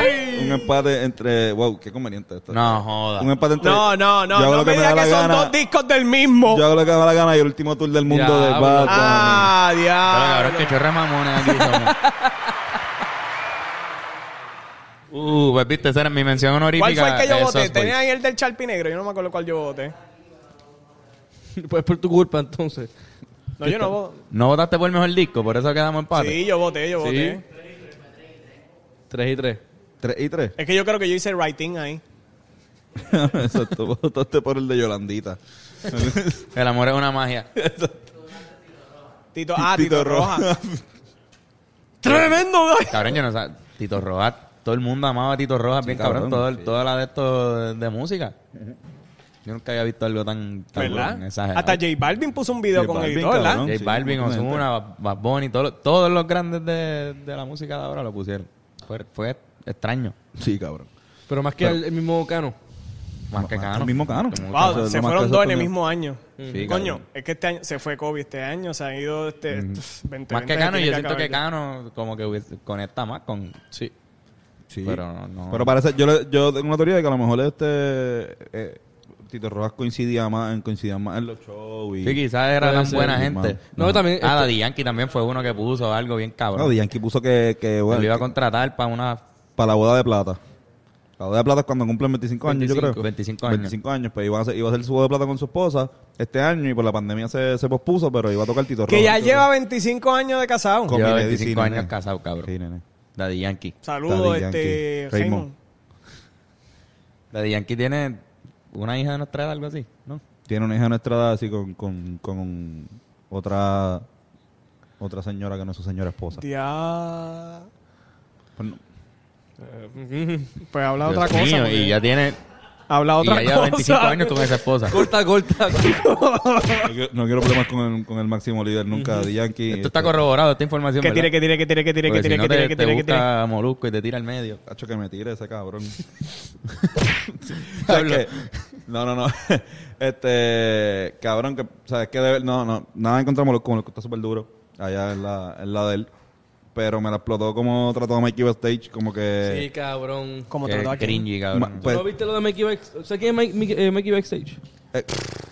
D: ¡Ay!
E: Un empate entre. Wow, qué conveniente esto.
C: No
E: Un
C: joda.
E: empate entre.
D: No, no, no.
E: Yo hago
D: No
E: lo
D: me
E: da
D: digas
E: la
D: que son
E: gana,
D: dos discos del mismo.
E: Yo hago lo que me da la gana y el último tour del mundo de
B: Diablo.
E: Bad Bunny.
D: Ah,
C: Pero cabrón,
D: diablo.
C: que chorre mamones aquí somos. Uh, pues viste, esa era mi mención honorífica.
D: ¿Cuál fue el que yo
C: de
D: voté?
C: Sauce Boy.
D: Tenían el del Charpi Negro. Yo no me acuerdo cuál yo voté.
B: Pues por tu culpa, entonces.
D: No, yo no voté.
C: No votaste por el mejor disco, por eso quedamos empate.
D: Sí, yo voté, yo voté.
B: 3 y 3.
E: 3 y 3.
D: Es que yo creo que yo hice el writing ahí.
E: Exacto. Votaste por el de Yolandita.
C: El amor es una magia.
D: Tito, ah, Tito, Roja.
B: ¡Tremendo!
C: Cabrón, yo no sé. Tito Rojas, todo el mundo amaba a Tito Rojas, bien cabrón.
E: cabrón,
C: todo el- Toda la de esto de, de música. Yo nunca había visto algo tan, tan
D: ¿Verdad?
C: exagerado.
D: Hasta J Balvin puso un video
E: J
D: con
E: Balvin,
D: él, ¿verdad?
E: cabrón.
C: J
E: Sí,
C: Balvin,
E: completamente.
C: Ozuna, Bad Bunny, todo lo- todos los grandes de, de la música de ahora lo pusieron. Fue, fue extraño.
E: Sí, cabrón.
B: Pero más que el, el mismo Cano.
C: Más que
E: El
C: Cano.
E: mismo cano.
D: Wow,
E: Eso es
D: se
E: lo más
D: fueron
E: que
D: dos en el
E: sorprendió.
D: mismo año.
C: Sí,
D: Coño,
C: cabrón.
D: es que este año se fue Kobe este año, se han ido este, 20
C: Más que
D: gente
C: Cano,
D: tiene
C: yo siento que
D: acabar
C: Cano como que hubiese- conecta más con...
B: Sí.
E: Sí.
C: Pero no- no.
E: Pero parece, yo, le- yo tengo una teoría de que a lo mejor este eh, Tito Rojas coincidía más, en- coincidía más en los shows. Y,
C: Sí, quizás era
B: Puede
C: tan
B: ser,
C: buena
E: sí,
C: gente.
E: mano.
B: No, también.
C: Ah,
B: este-
C: Daddy Yankee también fue uno que puso algo bien cabrón.
E: No, Yankee puso que, que, bueno,
C: lo iba a
E: que-
C: contratar para una...
E: para la boda de plata. La boda de plata es cuando cumplen 25 años, yo
C: 25,
E: creo.
C: 25 años.
E: 25 años, pues iba a, hacer, iba a hacer su boda de plata con su esposa este año y por la pandemia se, se pospuso, pero iba a tocar Tito Rojas.
D: Que ya lleva 25 años de casado.
E: Con
C: Lleva
E: Milady,
C: 25
E: sí,
C: años
E: nene.
C: casado, cabrón.
E: Sí, nene.
C: Daddy Yankee.
D: Saludos, este,
E: Daddy Yankee,
D: Raymond.
E: Raymond.
C: Daddy Yankee tiene una hija de nuestra edad, algo así, ¿no?
E: Tiene una hija de nuestra edad así con, con, con otra otra señora que no es su señora esposa.
D: Dia-
E: Pues no.
D: Pues habla otra
C: Dios
D: cosa.
C: mío,
D: porque
C: y ya tiene...
D: Habla
C: Y
D: otra
C: ya lleva 25
D: cosa.
C: años con esa esposa.
B: Corta, corta.
E: No quiero- No quiero problemas con el, con el máximo líder nunca de Yankee.
C: Esto está corroborado, esta información,
D: Que
C: ¿verdad?
D: tire, que tire, que tire, que tire, que
C: Porque si
D: tire,
C: no
D: que
C: te-
D: tire, que
C: te
D: tire, que
C: busca
D: tire.
C: molusco y te tira al medio.
E: Hacho, que me tire ese cabrón.
C: Pablo.
E: ¿Sabes qué? No, no, no. Este, cabrón, que, ¿sabes qué? Debe- no, no, nada encontramos con el que está súper duro. Allá en la, en la de él. Pero me la explotó como trató a Mikey Backstage, como
B: Sí,
E: que.
B: cabrón. ¿Tú
D: Como
C: Qué
D: trató aquí.
C: cringy,
E: Ma-
C: cabrón.
E: pues-
B: no viste lo de Mikey Backstage? ¿Sabes quién es Mike- Mike- eh, Mikey Backstage?
E: Eh,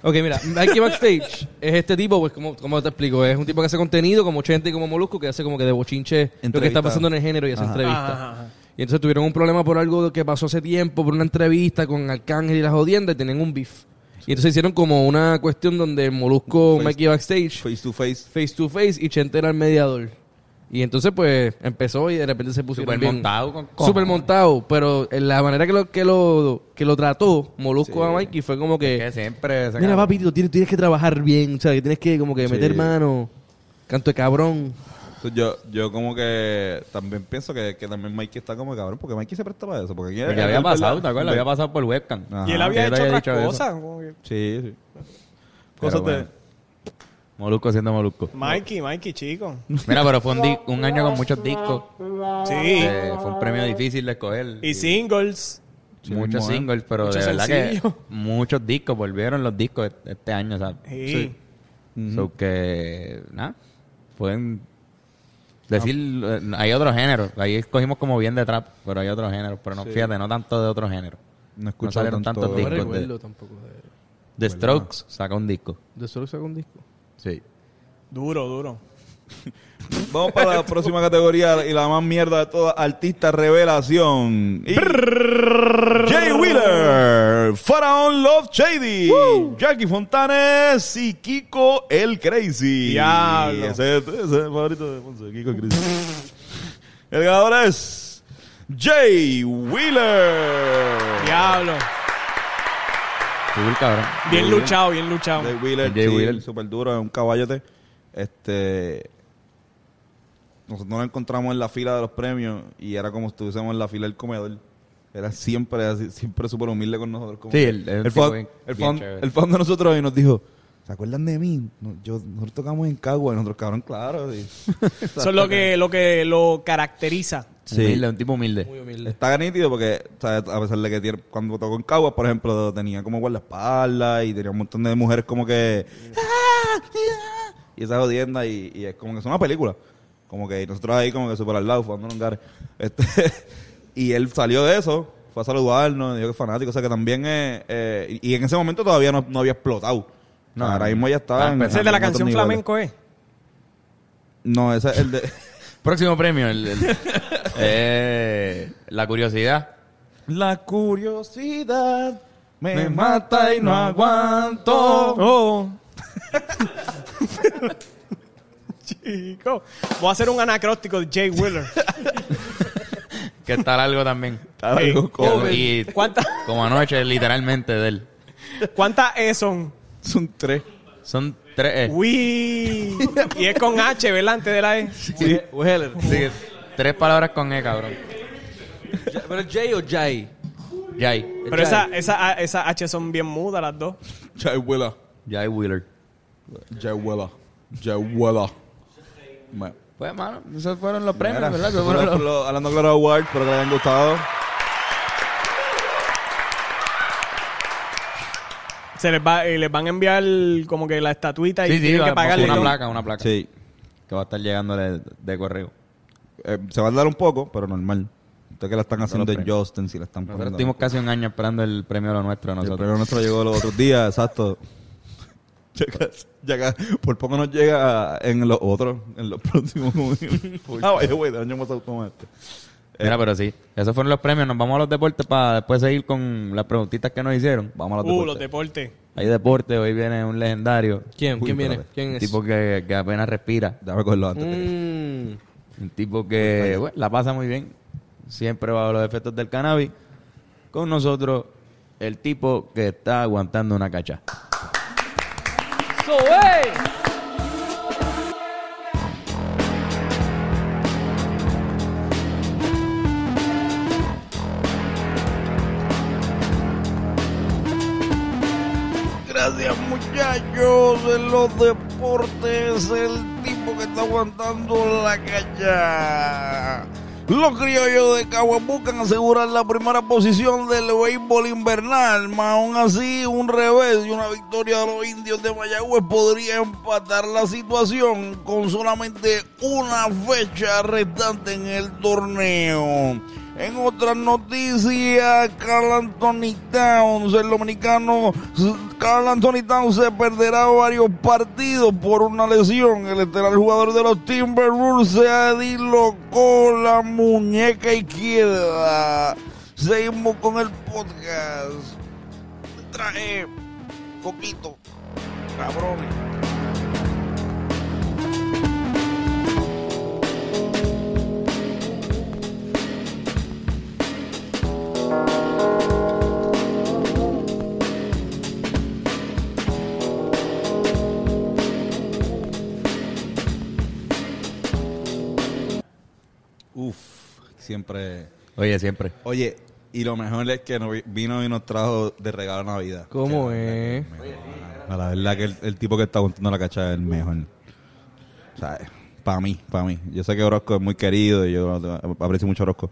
B: Ok, mira, Mikey Backstage es este tipo, pues, como, como te explico, es un tipo que hace contenido como 80 y como Molusco, que hace como que de bochinche lo que
E: Entrevista.
B: está pasando en el género y hace
E: Ajá.
B: entrevistas.
D: Ajá, ajá, ajá.
B: Y entonces tuvieron un problema por algo que pasó hace tiempo, por una entrevista con Arcángel y las jodiendas, y tenían un beef. Y entonces hicieron como una cuestión donde Molusco,
E: Face-
B: Mikey Backstage,
E: face to face.
B: face to face, y Chente era el mediador. Y entonces, pues, empezó y de repente se pusieron
C: Súper
B: bien-
C: montado con cojones.
B: Súper montado, pero en la manera que lo, que lo, que lo trató Molusco a Mikey fue como que...
C: Que siempre... ese
B: Mira,
C: cabrón.
B: papito, tienes, tienes que trabajar bien, o sea, que tienes que como que
E: Sí.
B: meter mano. Canto de cabrón.
E: Entonces, Yo, yo como que también pienso que, que también Mikey está como cabrón, porque Mikey se presta para eso. Porque, aquí-
C: Porque había pasado, ¿te acuerdas? Había pasado por webcam.
E: Ajá.
D: Y él había
C: Yo te
D: hecho otras
C: dicho eso.
D: cosas. como que-
E: Sí, sí.
C: Pero
E: Cosas
C: bueno.
E: de.
C: Molusco siendo Molusco.
D: Mikey, Mikey, chico.
C: Mira, pero fue un, di- un año con muchos discos.
D: Sí.
C: Eh, fue un premio difícil de escoger.
D: Y singles.
E: Sí,
C: muchos
E: mismo, ¿eh?
C: singles, pero
D: Mucho
C: de verdad
D: sencillo.
C: que muchos discos, volvieron los discos e- este año, ¿sabes?
D: Sí.
C: So que, nada, pueden decir, eh, hay otro género, ahí escogimos como bien de trap, pero hay otro género, pero no, fíjate, no tanto de otro género.
E: No he escuchado
C: salieron
E: tanto-
C: tantos
E: No
B: No
C: discos. de-
B: recuerdo tampoco de,
C: The Strokes saca un disco.
B: de solo saca un disco.
C: Sí.
D: Duro, duro.
E: Vamos para la próxima categoría y la más mierda de todas, artista revelación. Y- Jay Wheeler, Faraón Love Shady, Jackie Fontanes y Kiko el Crazy.
D: Diablo.
E: Ese, ese es el favorito de Ponce, Kiko el Crazy. el ganador es Jay Wheeler.
D: Diablo.
C: Cool, cabrón.
D: Bien luchado, bien luchado.
E: Jay Wheeler,
C: Jay
E: sí,
C: Wheeler.
E: súper duro, es un caballote. Este. Nosotros nos encontramos en la fila de los premios y era como si estuviésemos en la fila del comedor. Era siempre así, siempre súper humilde con nosotros. como
C: Sí,
E: que-
C: el- el
E: él fue-
C: tipo bien-
E: él
C: bien
E: fue-
C: chévere.
E: él fue donde nosotros y nos dijo: ¿Se acuerdan de mí? No, yo, nosotros tocamos en Cagua, y nosotros cabrón, claro. sí.
D: Eso es lo que, lo que lo caracteriza.
C: Humilde, un tipo humilde.
B: Muy humilde.
E: Está nítido porque, ¿sabes? a pesar de que tiene- cuando tocó en Caguas, por ejemplo, tenía como guardaespaldas y tenía un montón de mujeres como que. "Ah, ah", Y esa jodienda, y, y es como que es una película. Como que y nosotros ahí, como que super al lado, fumando un gare. Este, y él salió de eso, fue a saludarnos, dijo que es fanático, o sea que también es. eh, y y en ese momento todavía no, no había explotado.
C: No,
E: ahora mismo ya estaba.
C: Ah,
E: en-
C: pero
D: Ese es de la
E: en otros
D: canción
E: niveles.
D: flamenco, ¿eh?
E: No, ese es el de.
C: Próximo premio. el- el- eh, la curiosidad.
E: La curiosidad me mata y no aguanto.
D: Oh. Chico, voy a hacer un anacróstico de Jay Wheeler.
C: Que está largo también.
E: Está algo
D: Joven.
E: joven.
C: Y
D: ¿Cuántas
C: como anoche, literalmente, de él.
D: cuánta E son?
E: Son tres.
C: Son tres... eh,
D: Uy. Y es con H, ¿verdad? Antes de la E.
E: Sí.
B: Weller.
C: sí, tres palabras con E, cabrón.
B: ¿Pero es Jay o Jay?
C: Jay.
D: Pero esa, esa, esa H son bien mudas las dos.
E: Chayhuela.
C: Jay Wheeler.
E: Chayhuela. Chayhuela. Bueno.
C: Pues, mano, esos fueron los premios,
E: Mira,
C: ¿verdad?
E: esos
C: Esos fueron
E: fueron
C: los-
E: los Hablando Claro Awards, espero que les hayan gustado.
D: Se les va, eh, les van a enviar como que la estatuita y
C: Sí, sí,
D: tienen que
C: la-
D: pagarle.
C: una
D: ¿no?
C: placa, una placa.
E: Sí.
C: Que va a estar llegándole de correo.
E: Eh, se va a dar un poco, pero normal. Ustedes que la están haciendo en
C: premios.
E: Justin, si la están
C: Nosotros
E: poniendo.
C: estuvimos casi un año esperando el premio de lo nuestro.
E: El
C: Nosotros.
E: primero nuestro llegó los otros días, exacto. Ya casi- ya casi- por poco nos llega en los otros, en los próximos. como digo. ah, vaya, güey, daño más automático.
C: Mira, pero sí. Esos fueron los premios. Nos vamos a los deportes para después seguir con las preguntitas que nos hicieron.
E: Vamos a los
D: Uh, los
E: deportes.
D: deportes.
C: Hay deporte, hoy viene un legendario.
B: ¿Quién?
E: Uy,
B: ¿Quién viene?
E: espérate.
B: ¿Quién
C: Un
B: es?
C: tipo que, que apenas respira.
E: Déjame cogerlo antes. de que-
B: Mm.
C: Un tipo que bueno, la pasa muy bien. Siempre bajo los efectos del cannabis. Con nosotros, el tipo que está aguantando una cacha.
E: Gracias muchachos de los deportes, el tipo que está aguantando la calle. Los criollos de Cagua buscan asegurar la primera posición del béisbol invernal, mas aún así un revés y una victoria de los indios de Mayagüez podría empatar la situación con solamente una fecha restante en el torneo. En otras noticias, Carl Anthony Towns, el dominicano Carl Anthony Towns se perderá varios partidos por una lesión. El estelar jugador de los Timberwolves se dislocó la muñeca izquierda. Seguimos con el podcast. Traje Coquito, cabrones. Uf, siempre.
C: Oye, siempre.
E: Oye, y lo mejor es que no vi- vino y nos trajo de regalo Navidad.
B: ¿Cómo
E: Que
B: es?
E: la verdad que es mejor. A la verdad que el, el tipo que está aguantando la cacha es el mejor. O sea, para mí, para mí. Yo sé que Orozco es muy querido y yo aprecio mucho a Orozco.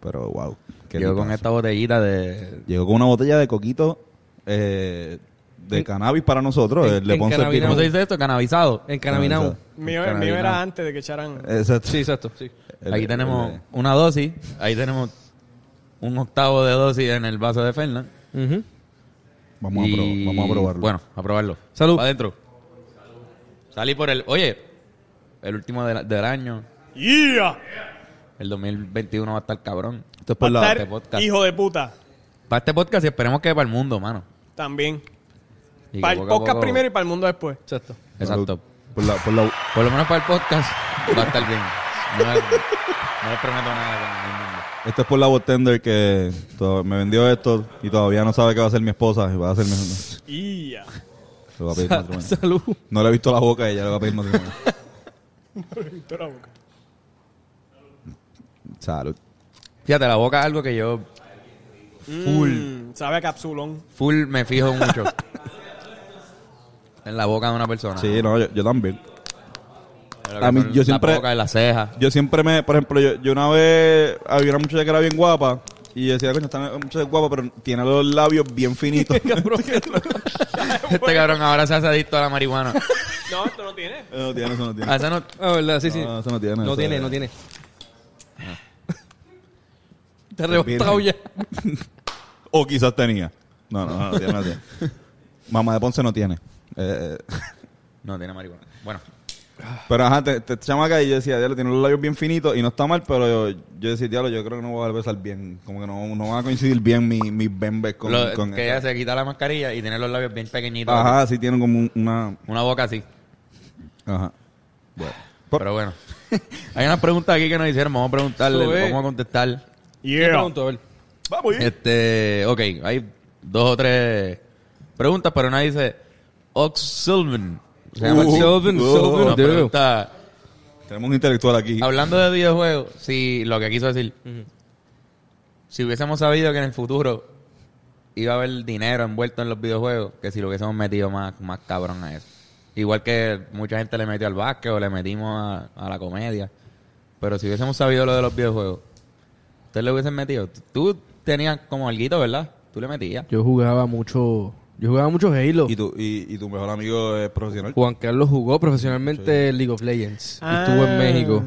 E: Pero wow. qué
C: Yo con
E: tipazo.
C: esta botellita de,
E: Llegó con una botella de coquito eh, de cannabis para nosotros.
B: en-
E: el de
B: en
E: Ponce
B: cannabinao.
C: ¿Cómo
E: Pino.
C: se dice esto? Cannabizado.
B: En Canabinao.
D: Mío, el mío era antes de que echaran.
E: Exacto.
B: Sí, exacto. Sí.
E: El-
C: Aquí
E: el-
C: tenemos
E: el-
C: una dosis. Ahí tenemos un octavo de dosis en el vaso de Fernan.
B: Ujú.
E: Vamos, a
C: Y-
E: probar- vamos a probarlo.
C: Bueno, a probarlo.
B: Salud.
C: Pa' adentro. Salí por el. Oye, el último del, del año.
D: ¡Yeah!
C: El 2021 va a estar cabrón.
E: Esto es por
D: Va a
E: la-
D: estar
C: este podcast.
D: hijo de puta.
C: Para este podcast y esperemos que para el mundo, mano.
D: También.
C: Y que
D: Para el
C: poco a
D: podcast
C: poco-
D: primero y para el mundo después.
B: Exacto.
C: Exacto.
E: Por la, por la,
C: Por lo menos para el podcast va a estar bien. No, les- no les prometo nada con el mundo.
E: Esto es por la bartender que to- me vendió esto y todavía no sabe que va a ser mi esposa. y Va a ser mi... se
D: ¡Yeah!
E: va a pedir matrimonio.
B: Salud.
E: No le he visto la boca y ya le va a pedir matrimonio.
D: Toda la boca.
E: Salud.
C: Fíjate, la boca es algo que yo full,
D: Mm, sabe a capsulón.
C: full me fijo mucho. en la boca de una
B: Ah.
C: persona.
E: Sí, no, yo, yo también.
C: Pero que
E: a mí-
C: por
E: yo
C: la
E: siempre-
C: boca, en la ceja.
E: Yo siempre me, por ejemplo, yo, yo una vez había una muchacha que era bien guapa y yo decía, coño, esta muchacha es guapa, pero tiene los labios bien finitos.
C: Este cabrón ahora se hace adicto a la marihuana.
D: No, esto no tiene.
E: no tiene, eso no tiene.
C: Ah, eso no-
B: Ah, verdad, sí, sí.
E: No, eso no tiene.
B: No
E: eso
B: tiene,
E: es-
B: no tiene. Te
E: virgen.
B: rebotado ya.
E: O quizás tenía. No, no, no, no tiene, no tiene. Mamá de Ponce no tiene. Eh, eh,
C: No tiene marihuana. Bueno,
E: pero ajá, te, te chamaca y yo decía, diablo, tiene los labios bien finitos y no está mal, pero yo, yo decía, diablo, yo creo que no voy a besar bien. Como que no, no van a coincidir bien mis, mis bembes con,
C: lo-
E: con
C: que ella se quita la mascarilla y tiene los labios bien pequeñitos.
E: Ajá, sí tienen como un- una...
C: Una boca así.
E: Ajá. Bueno.
C: Pero bueno. Hay una pregunta aquí que nos hicieron. Vamos a preguntarle,
B: Eso es.
C: vamos a contestar.
B: Yo pregunto, a ver.
E: Vamos,
C: Este, ok, hay dos o tres preguntas, pero nadie dice Ox Sylvan. Se llama
E: Uh,
C: así.
B: Sylvan,
E: uh,
B: Sylvan,
C: Nos
B: dude.
C: pregunta,
E: Tenemos un intelectual aquí.
C: hablando de videojuegos, si lo que quiso decir, si hubiésemos sabido que en el futuro iba a haber dinero envuelto en los videojuegos, que si lo hubiésemos metido más, más cabrón a eso. Igual que mucha gente le metió al básquet o le metimos a, a la comedia. Pero si hubiésemos sabido lo de los videojuegos, ¿ustedes le hubiesen metido? Tú tenías como alguito, ¿verdad? Tú le metías.
B: Yo jugaba mucho. Yo jugaba mucho Halo.
E: Y tu, y, y tu mejor amigo es profesional.
B: Juan Carlos jugó profesionalmente League of Legends. Y estuvo en
D: Ah.
B: México.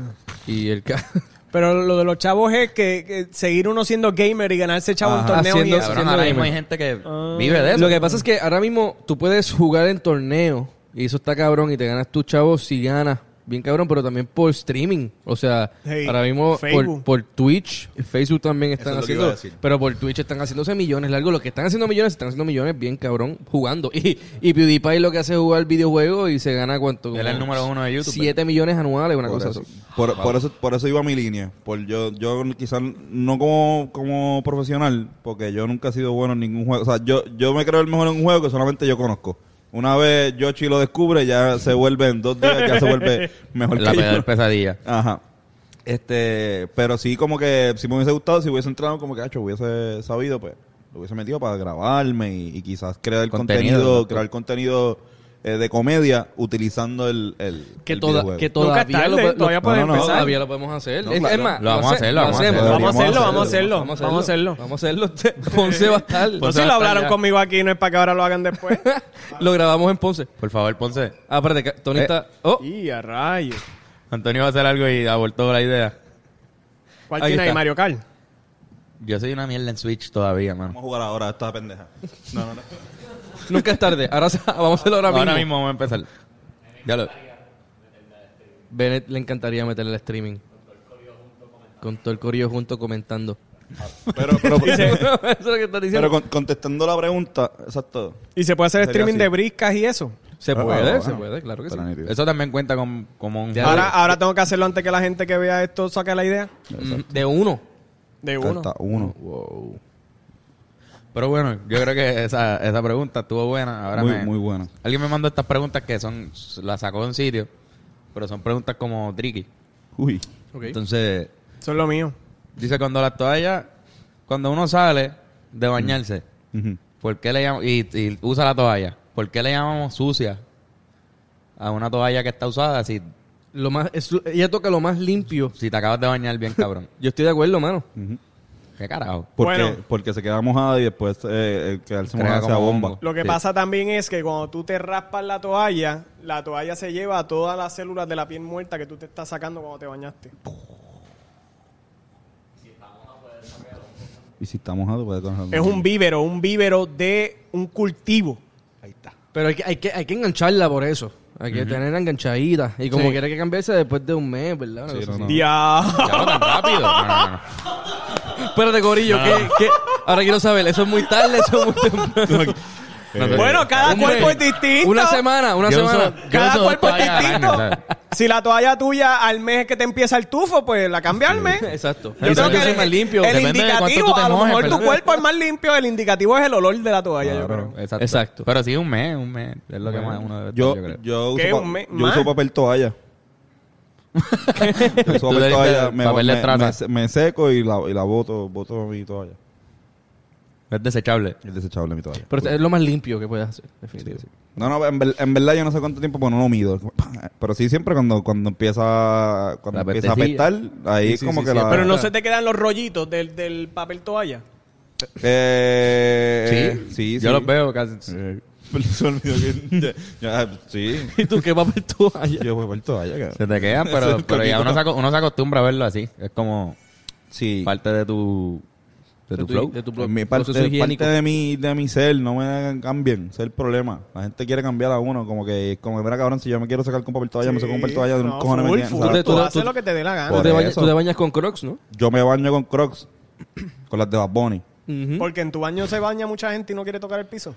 B: Y el ca-
D: Pero lo de los chavos es que, que seguir uno siendo gamer y ganarse chavo en
B: Ajá,
D: torneo y
B: haciendo-
D: eso.
C: Cabrón, ahora mismo
B: gamer.
C: hay gente que
D: Ah.
C: vive de eso.
B: Lo que pasa es que ahora mismo tú puedes jugar en torneo y eso está cabrón y te ganas tus chavos si ganas. Bien cabrón, pero también por streaming. O sea,
D: Hey,
B: ahora mismo por,
D: Facebook.
B: por Twitch, Facebook también
E: es
B: están
E: lo que iba a
B: haciendo.
E: decir.
B: Pero por Twitch están haciéndose millones largo. Los que están haciendo millones, están haciendo millones bien cabrón jugando. Y, y PewDiePie lo que hace es jugar videojuegos y se gana cuánto.
C: Él es el número uno de YouTube.
B: 7 millones anuales, una
E: por,
B: cosa
E: eso.
B: así.
E: Por, por eso, por eso iba mi línea. Por yo, yo quizás no como, como profesional, porque yo nunca he sido bueno en ningún juego. O sea, yo, yo me creo el mejor en un juego que solamente yo conozco. Una vez Yoshi lo descubre, ya se vuelve en dos días, ya se vuelve mejor
C: La
E: que yo.
C: peor pesadilla.
E: Ajá. Este, pero sí como que si me hubiese gustado, si hubiese entrado como que hecho, hubiese sabido, pues lo hubiese metido para grabarme y, y quizás crear el
C: Contenido,
E: contenido,
C: ¿no?
E: crear contenido eh, de comedia utilizando el, el
B: Que,
E: el
B: toda,
E: videojuego.
B: que
D: Nunca
B: todavía,
D: es tarde,
B: lo, po- lo-
D: todavía puedes
E: No, no, no,
D: empezar.
B: todavía lo podemos hacer.
E: No,
B: es,
E: claro.
B: es más,
C: Lo vamos a
B: hace-
C: hacer, lo vamos a hacer.
B: hacemos.
D: Vamos a hacerlo, vamos a hacerlo,
B: Vamos
D: vamos a hacerlo.
B: Vamos a hacerlo. Ponce va a estar.
D: Pues si lo hablaron conmigo aquí, no es para que ahora lo hagan después.
B: Lo grabamos en Ponce.
C: Por favor, Ponce.
B: Ah, espérate, que Tony
C: Eh.
B: está. Oh,
D: y a rayos.
C: Antonio va a hacer algo y abortó la idea.
D: ¿Cuál
B: Ahí
D: tiene ahí,
B: está.
D: Mario Kart?
C: Yo soy una mierda en Switch todavía, mano.
E: Vamos a jugar ahora a esta pendeja. No, no, no.
B: nunca es tarde. Ahora sa- vamos a hacerlo ahora mismo.
C: Ahora mismo vamos a empezar. Ya lo...
B: Bennett le encantaría meterle el streaming. Con todo el corillo junto comentando.
E: Pero, pero,
D: Dice-
B: Eso es lo que estás
E: pero
B: diciendo.
E: con- contestando la pregunta, exacto.
D: ¿Y se puede hacer
E: Sería
D: streaming
E: así.
D: de briscas y eso?
B: se
E: Ah,
B: puede,
E: bueno.
B: se puede, claro que sí.
E: Pero nítido.
C: Eso también cuenta con- como un...
B: Ya.
D: Ahora, ahora tengo que hacerlo antes que la gente que vea esto saque la idea.
B: Mm, De uno.
D: De
E: Está-
D: uno.
E: está uno.
C: Pero bueno, yo creo que esa, esa pregunta estuvo buena. Ahora
E: Muy,
C: me-
E: muy buena.
C: Alguien me mandó estas preguntas que son... Las sacó de un sitio. Pero son preguntas como tricky.
E: Uy.
B: Ok.
C: Entonces...
D: Eso es lo mío.
C: Dice, cuando las toallas... Cuando uno sale de bañarse...
E: Ujú.
C: ¿Por qué le llam- y, y usa la toalla. ¿Por qué le llamamos sucia a una toalla que está usada si,
B: Lo más, es- ella toca lo más limpio.
C: si te acabas de bañar bien, cabrón?
B: Yo estoy de acuerdo, mano.
C: ¿Qué carajo?
E: Porque,
D: Bueno.
E: porque se queda mojada y después eh, el quedarse
C: Crea
E: mojada se
C: como
E: bomba.
C: hongo.
D: Lo que
C: Sí.
D: pasa también es que cuando tú te raspas la toalla, la toalla se lleva a todas las células de la piel muerta que tú te estás sacando cuando te bañaste.
E: Y si está mojado, puede coger-
D: Es un vívero, un vívero de un cultivo.
B: Pero hay que, hay que, hay que engancharla por eso. Hay que tenerla enganchadita. Y como
D: Sí.
B: quiera que cambiarse después de un mes, ¿verdad? Una
E: Sí,
B: cosa
E: no,
B: así.
E: no.
D: Ya.
C: ¿Ya tan rápido? No, no, no.
B: Espérate, Corillo, ¿qué, qué? ahora quiero saber, eso es muy tarde, eso es muy temprano.
C: No te-
D: Eh, Bueno, cada
B: Un
D: cuerpo es
B: mes.
D: distinto.
B: Una semana, una
C: Yo
B: semana.
C: uso- yo
D: Cada
C: uso
D: cuerpo es
C: toalla al año,
D: distinto.
C: ¿sabes?
D: Si la toalla tuya al mes es que te empieza el tufo, pues la cambia al mes.
B: Exacto.
D: Yo creo
B: Exacto.
D: que
B: Yo soy
D: el,
B: más limpio.
D: el
C: Depende de cuánto
D: indicativo,
C: tú te
D: a lo
C: mojes,
D: mejor tu
C: ¿verdad?
D: cuerpo es más limpio, el indicativo es el olor de la toalla, yo creo.
C: Exacto.
B: Exacto.
C: Pero sí, un mes, un mes. Es lo que más uno debe
E: Yo,
C: yo creo.
E: yo,
D: ¿Qué?
E: uso,
D: ¿Un
E: pa-
D: mes
E: yo
D: más?
E: uso papel toalla. yo uso
C: Tú le
E: papel
C: diste
E: toalla, me,
C: papel de
E: me-
C: traza.
E: me se- me seco y la, y la boto, boto mi toalla.
C: Es desechable.
E: Es desechable mi toalla.
B: Pero es lo más limpio que puedes hacer, definitivamente.
E: No, no, en, ver- en verdad yo no sé cuánto tiempo, pues no lo mido. Pero sí, siempre cuando, cuando empieza cuando
C: La
E: empieza a
C: pestecilla.
E: apestar, ahí
B: sí,
E: como
B: sí,
E: que
B: sí.
E: la...
D: Pero no se te quedan los rollitos del, del papel toalla.
E: Eh, sí, sí.
C: Yo los veo casi.
E: Eh, se me olvidó que... ya- ya, sí.
B: ¿Y tú qué papel tú allá?
E: Yo voy por toalla, cabrón.
C: Se te quedan, pero,
E: Es el
C: pero ya
E: coquito.
C: uno se, aco- uno se acostumbra a verlo así. Es como
E: Sí.
C: parte de tu, de tu flow.
B: De tu flow.
E: Mi parte,
B: Proceso higiénico.
E: parte de mi de mi ser no me hagan- cambien, ese es el problema. La gente quiere cambiar a uno, como que como que, mira cabrón, si yo me quiero sacar con papel toalla, me saco con papel toalla de un
D: No,
E: cojones me
D: full,
E: tienen,
D: full.
E: ¿sabes?
B: Tú te-
D: Tú
B: tú-
D: haces
B: tú- Pues,
D: lo que te dé la gana.
B: Tú
E: Por
B: te, bañas,
E: eso.
B: tú te bañas con Crocs, ¿no?
E: Yo me baño con Crocs con las de Bad Bunny.
B: Ujú.
D: Porque en tu baño se baña mucha gente y no quiere tocar el piso.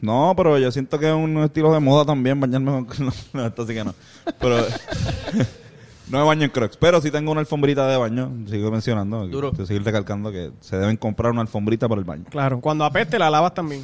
E: No, pero yo siento que es un estilo de moda también bañarme con no, no, esto sí que no. Pero no me baño en Crocs, pero sí tengo una alfombrita de baño, sigo mencionando,
B: Duro.
E: te sigo recalcando que se deben comprar una alfombrita para el baño.
D: Claro. Cuando apeste la lavas también.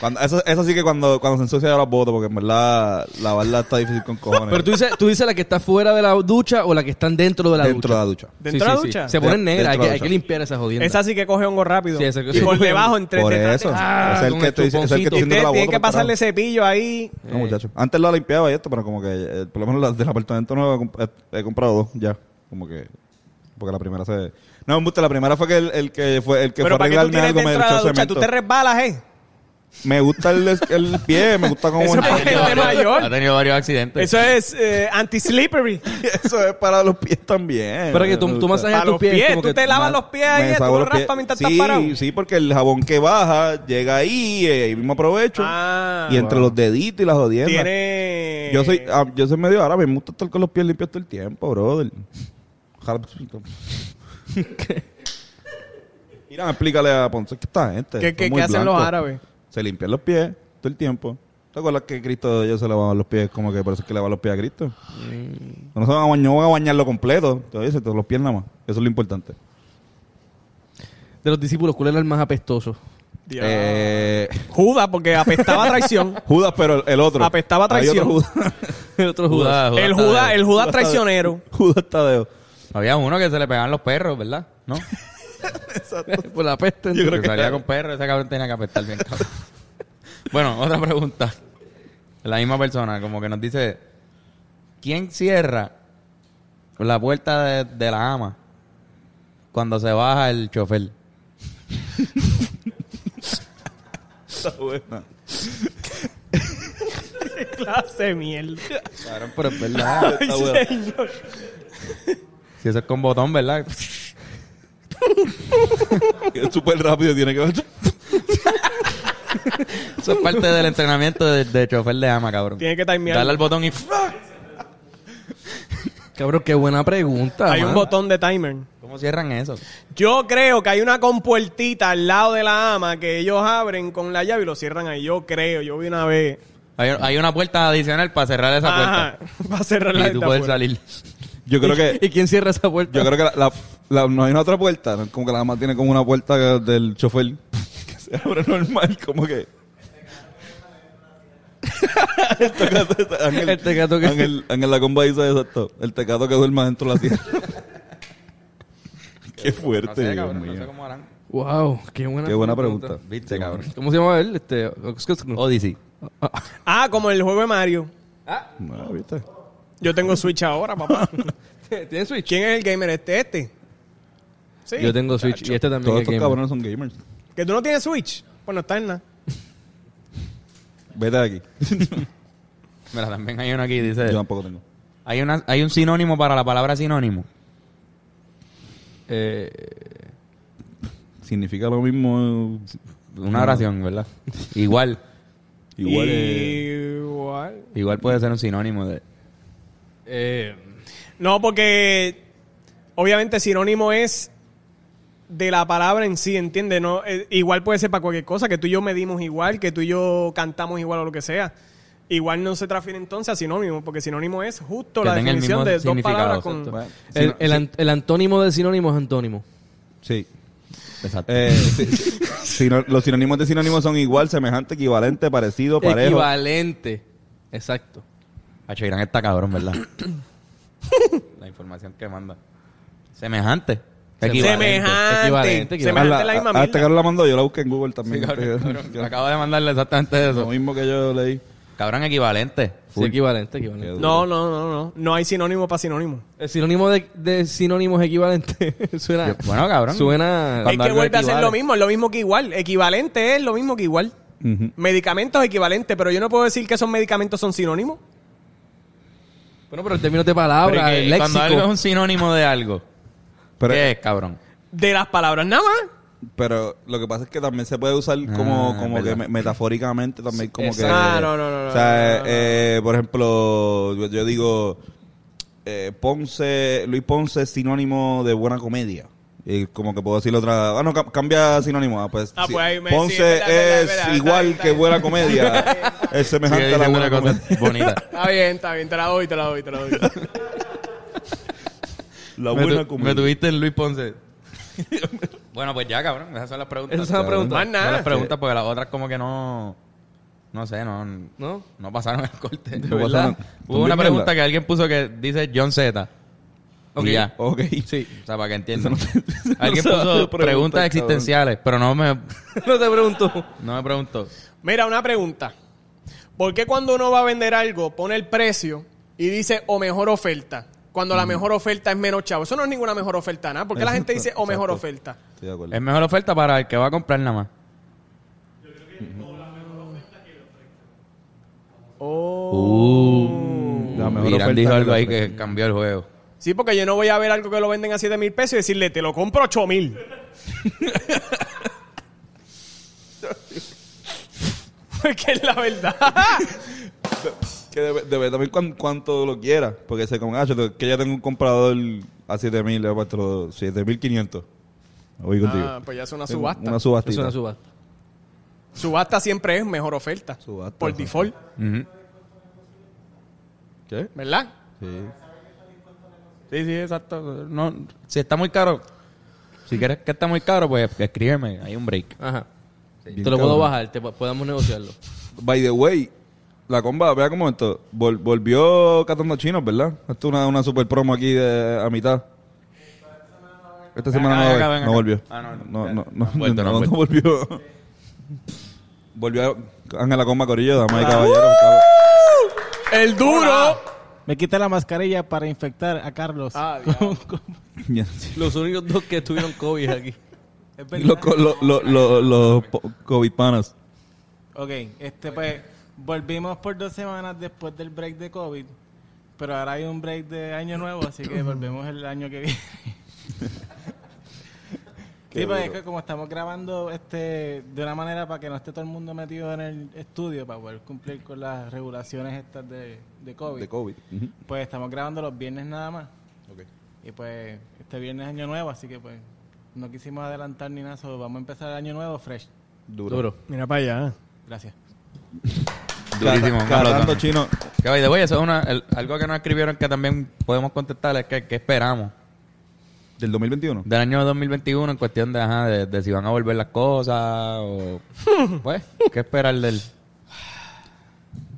E: Cuando, eso, eso sí que cuando, cuando se ensucia yo las boto, porque en verdad lavarla está difícil con cojones.
B: Pero tú dices, tú dices la que está fuera de la ducha o la que están dentro de la
E: dentro de
B: ducha.
E: la ducha.
D: ¿Dentro de la ducha?
B: Se ponen
E: De-
B: negras,
E: dentro
B: hay,
E: de
B: que-
E: la
B: hay que
E: ducha.
B: limpiar esas jodiendas.
D: Esa sí que coge hongo rápido.
B: Sí, esa que
D: y
B: sí
D: por
B: coge
D: debajo,
B: hongo.
D: entre
E: Por
D: tetas-
E: eso.
D: Ah,
E: es el
B: con
E: que
B: el
E: estoy diciendo- es el que
B: chuponcito.
E: estoy diciendo
D: Ustedes
E: la
D: tienen
E: boto
D: que
E: por
D: pasarle
E: carajo.
D: cepillo ahí.
E: No, muchacho. Antes la limpiaba y esto, pero como que eh, por lo menos las del apartamento nuevo comp- eh, he comprado dos ya. Como que. Porque la primera se. No, me gusta, la primera fue que el, el que fue el que
D: Pero
E: fue
D: para
E: a
D: que tú
E: arreglarme
D: tienes
E: algo me
D: dentro de la
E: echó
D: ducha, tú
E: cemento.
D: te resbalas, ¿eh?
E: Me gusta el, el pie, me gusta como
D: Eso
E: el-
D: es- de mayor.
C: Ha tenido varios accidentes.
D: Eso es eh, anti-slippery.
E: Eso es para los pies también.
B: Pero que tú,
E: Me
B: tú
E: gusta.
B: masajes
D: Para
B: tus
D: los
B: pies.
D: pies,
B: como
D: tú
B: que
D: te lavas los pies ahí,
E: Me
D: tú
E: saco
D: lo
E: los pies.
D: raspas mientras
E: sí,
D: estás parado.
E: Sí, porque el jabón que baja llega ahí eh, y mismo aprovecho.
D: Ah.
E: y entre los deditos y las jodiendas.
D: Tiene...
E: Yo soy, ah, yo soy medio árabe, me gusta estar con los pies limpios todo el tiempo, brother. pues, Jalapito. Mira, explícale a Ponce que esta gente.
D: ¿Qué-
E: pues, son
D: qué-
E: muy
D: qué hacen los
E: blancos.
D: árabes?
E: Se limpian los pies todo el tiempo. ¿Te acuerdas que Cristo ellos se lavaban los pies? Como que por eso es que lavaban los pies a Cristo. No se van a bañar, no van a bañarlo completo. Te dicen, los pies nada más. Eso es lo importante.
B: De los discípulos, ¿cuál era el más apestoso?
D: Dios.
E: Eh,
D: Judas, porque apestaba a traición.
E: Judas, pero el otro.
D: Apestaba a
E: Hay otro
D: Ah, pues, traición.
E: Judas.
B: El otro Judas.
D: el
C: Tadeo.
D: Judas, el Judas traicionero.
E: Judas Tadeo.
C: Había uno que se le pegaban los perros, ¿verdad? ¿No?
B: Por la peste.
E: Yo creo
C: que
E: que-
C: salía con perros, ese cabrón tenía que apestar bien cabrón. bueno, otra pregunta. La misma persona, como que nos dice, ¿quién cierra la puerta de, de la ama cuando se baja el chofer?
E: Está buena.
D: clase de mierda.
C: Cabrón, pero es verdad.
D: Ay,
E: Está buena.
D: señor.
C: si eso es con botón, ¿verdad?
E: Es súper rápido, tiene que ver.
C: Eso es parte del entrenamiento de, de chofer de ama, cabrón.
D: Tiene que timear.
C: Darle al botón y...
B: Cabrón, qué buena pregunta.
D: Hay un
B: man.
D: botón de timer.
C: ¿Cómo cierran eso?
D: Yo creo que hay una compuertita al lado de la ama que ellos abren con la llave y lo cierran ahí. Yo creo, yo vi una vez.
C: Hay, hay una puerta adicional para cerrar esa
D: Ajá,
C: puerta.
D: va a cerrar la
C: y tú
D: puerta
C: puedes
D: afuera.
C: salir.
E: Yo creo que.
B: ¿Y quién cierra esa puerta?
E: Yo creo que la, la- la- no hay una otra puerta, ¿no? como que la dama tiene como una puerta que- del chofer que se abre normal, como que. el tecato, está- Ángel,
B: El tecato que-
E: Ángel, Ángel la comba dice exacto. El tecato que duerma dentro de la tierra. Qué fuerte,
C: No sé,
E: Dios
C: cabrón, no
E: mío.
C: sé cómo harán.
B: Wow, qué buena
E: Qué buena pregunta.
C: Viste, cabrón.
B: ¿Cómo se llama él? Este, Oxcus- no.
C: Odyssey.
D: Ah, como el juego de Mario.
E: No, ¿viste?
D: Yo tengo Switch ahora, papá.
B: ¿Tiene Switch?
D: ¿Quién es el gamer este? Este. Sí.
B: Yo tengo Switch y este también
E: Todos
B: es
E: estos
B: gamer.
E: cabrones son gamers.
D: ¿Que tú no tienes Switch? Pues no está en nada.
E: Vete de aquí.
C: Mira, también hay uno aquí, dice...
E: Yo tampoco tengo.
C: Hay, una, hay un sinónimo para la palabra sinónimo.
B: Eh,
E: Significa lo mismo. eh,
C: Una oración, ¿verdad? Igual.
E: Igual. eh,
D: Igual.
C: Igual puede ser un sinónimo de...
B: eh,
D: No, porque obviamente sinónimo es de la palabra en sí, ¿entiendes? No, eh, igual puede ser para cualquier cosa, que tú y yo medimos igual, que tú y yo cantamos igual o lo que sea. Igual no se transfiere entonces a sinónimo, porque sinónimo es justo
C: Que
D: la
C: tenga el
D: definición
C: mismo
D: de dos
C: significado,
D: palabras con...
C: exacto.
E: bueno,
B: el,
E: sí,
B: el an- el antónimo de sinónimo es antónimo.
E: sí.
C: Exacto.
E: Eh, sí, sí. Sino- los sinónimos de sinónimos son igual, semejante, equivalente, parecido, parejo.
B: Equivalente. Exacto.
C: Hacho, Irán está cabrón, ¿verdad? la información que manda. Semejante. Equivalente.
D: Semejante.
B: Equivalente,
E: Este
B: equivalente.
D: Semejante la misma
E: Hasta
D: mierda.
E: que la mandó, yo la busqué en Google
C: Sí,
E: también.
C: cabrón,
E: Que-
C: cabrón.
E: que-
C: Acabo de mandarle exactamente
E: lo
C: eso.
E: mismo que yo leí.
C: Cabrón, equivalente.
B: Sí, equivalente, equivalente.
D: No, no, no, no. No hay sinónimo para sinónimo.
B: El sinónimo de, de sinónimos equivalente suena.
C: Yo- bueno, cabrón.
B: Suena.
C: Cuando
D: es que
C: algo
D: vuelve a ser
C: equivale.
D: lo mismo, es lo mismo que igual. Equivalente es lo mismo que igual. Medicamentos equivalentes, pero yo no puedo decir que esos medicamentos son sinónimos.
B: Bueno, pero en términos de
C: Pero
B: palabras,
C: que
B: el
C: Cuando algo es
B: léxico.
C: un sinónimo de algo.
E: Pero,
C: ¿Qué es, cabrón?
D: De las palabras nada más.
E: pero lo que pasa es que también se puede usar como,
C: Ah,
E: como
C: verdad.
E: que me- metafóricamente también como que...
B: exacto.
D: Ah, no, no, no, no,
E: O sea,
D: no, no, no.
E: eh, por ejemplo, yo, yo digo eh, Ponce, Luis Ponce es sinónimo de buena comedia. Y como que puedo decir otra... Ah, no, ca- cambia sinónimo. Ah, pues,
D: Ah,
E: sí.
D: pues ahí me- sí,
E: Ponce
D: verdad, verdad,
E: es
D: verdad,
E: igual
D: está bien, está
E: que
D: bien.
E: buena comedia. es semejante
C: Sigue
E: a la
C: diciendo
E: buena
C: una
E: comedia.
C: cosa bonita.
D: Está bien, está bien. Te la doy, te la doy, te la doy.
E: La
C: Me,
E: buena
C: tu-
E: comedia.
C: me tuviste en Luis Ponce. bueno, pues ya, cabrón. Esas son las preguntas.
B: Esas son las preguntas.
D: Más nada.
C: Son las preguntas porque las otras como que no... No sé, no...
B: ¿No?
C: no pasaron el corte.
E: No pasaron.
C: Hubo una
E: Mierda.
C: pregunta que alguien puso que dice John Z.
B: Ok.
C: Y ya.
E: Ok.
B: Sí.
C: O sea, para que entiendan.
E: no
C: Alguien
E: se hace
C: puso
E: pregunta,
C: preguntas
E: cabrón.
C: existenciales, pero no me,
B: no te pregunto.
C: no me preguntó.
D: Mira, una pregunta. ¿Por qué cuando uno va a vender algo pone el precio y dice o mejor oferta? Cuando
C: Mm.
D: la mejor oferta es menos chavo. Eso no es ninguna mejor oferta, ¿no? ¿Por qué la gente dice o mejor
E: Exacto.
D: oferta?
E: Estoy de acuerdo.
C: Es mejor oferta para el que va a comprar nada más.
D: Uh. Oh.
C: Uh.
E: La mejor
C: Irán
E: oferta
C: dijo
E: que
C: algo
E: la
C: ahí
E: oferta.
C: que cambió el juego.
D: Sí, porque yo no voy a ver algo que lo venden a 7 mil pesos y decirle, te lo compro a 8 mil. Porque es la verdad.
E: Que debe, debe también cuan- cuánto lo quiera. Porque se como, ah, yo te- que ya tengo un comprador a 7000, le voy a puesto los 7500. Voy contigo.
D: Ah, pues ya es una
E: Tengo
D: subasta.
E: Una subasta.
B: Es una suba.
D: subasta siempre es mejor oferta.
E: Subasta,
D: por
E: ajá.
D: default,
E: ¿Qué?
D: ¿verdad?
E: Sí.
C: Sí, sí, exacto. No, si está muy caro, si quieres que está muy caro, pues escríbeme. Hay un break.
B: Ajá.
E: Bien
B: te lo puedo
E: cabrón.
B: bajar, te po- podamos negociarlo.
E: By the way, la comba, vea cómo esto. vol- volvió catando chinos, ¿verdad? Esto es una, una super promo aquí de, a mitad. Esta
C: Ven
E: semana
C: acá,
E: no,
C: ven acá,
E: vol-
C: ven
E: no
C: acá.
E: volvió.
C: Ah, no,
E: no,
C: no,
E: no, no,
C: no han vuelto, no han
E: no volvió. volvió Ángela Comba Corillo, damas y caballeros.
D: El duro.
F: Me quité la mascarilla para infectar a Carlos.
D: Ah,
F: Con-
D: diablo.
F: con-
E: estamos-
B: Los únicos dos que tuvieron COVID aquí.
E: Y Los, co- lo- lo- lo- los po- COVID panas.
F: ok, este pues volvimos por dos semanas después del break de COVID, pero ahora hay un break de año nuevo, así que volvemos el año que viene. sí, pues es que como estamos grabando este de una manera para que no esté todo el mundo metido en el estudio para poder cumplir con las regulaciones estas de, de COVID.
E: De COVID. Ujú.
F: Pues estamos grabando los viernes nada más. Y pues este viernes es año nuevo, así que pues no quisimos adelantar ni nada, so, vamos a empezar el año nuevo fresh.
E: Duro.
B: Duro.
F: Mira para allá. Gracias.
C: Durísimo,
E: Cata-
C: un
E: Catando
C: aplauso.
E: chino.
C: Que by the way, eso es una, el- algo que nos escribieron que también podemos contestar es que, que esperamos
E: Del 2021.
C: del año 2021 en cuestión de, ajá, de, de si van a volver las cosas o... pues, ¿qué esperar del...?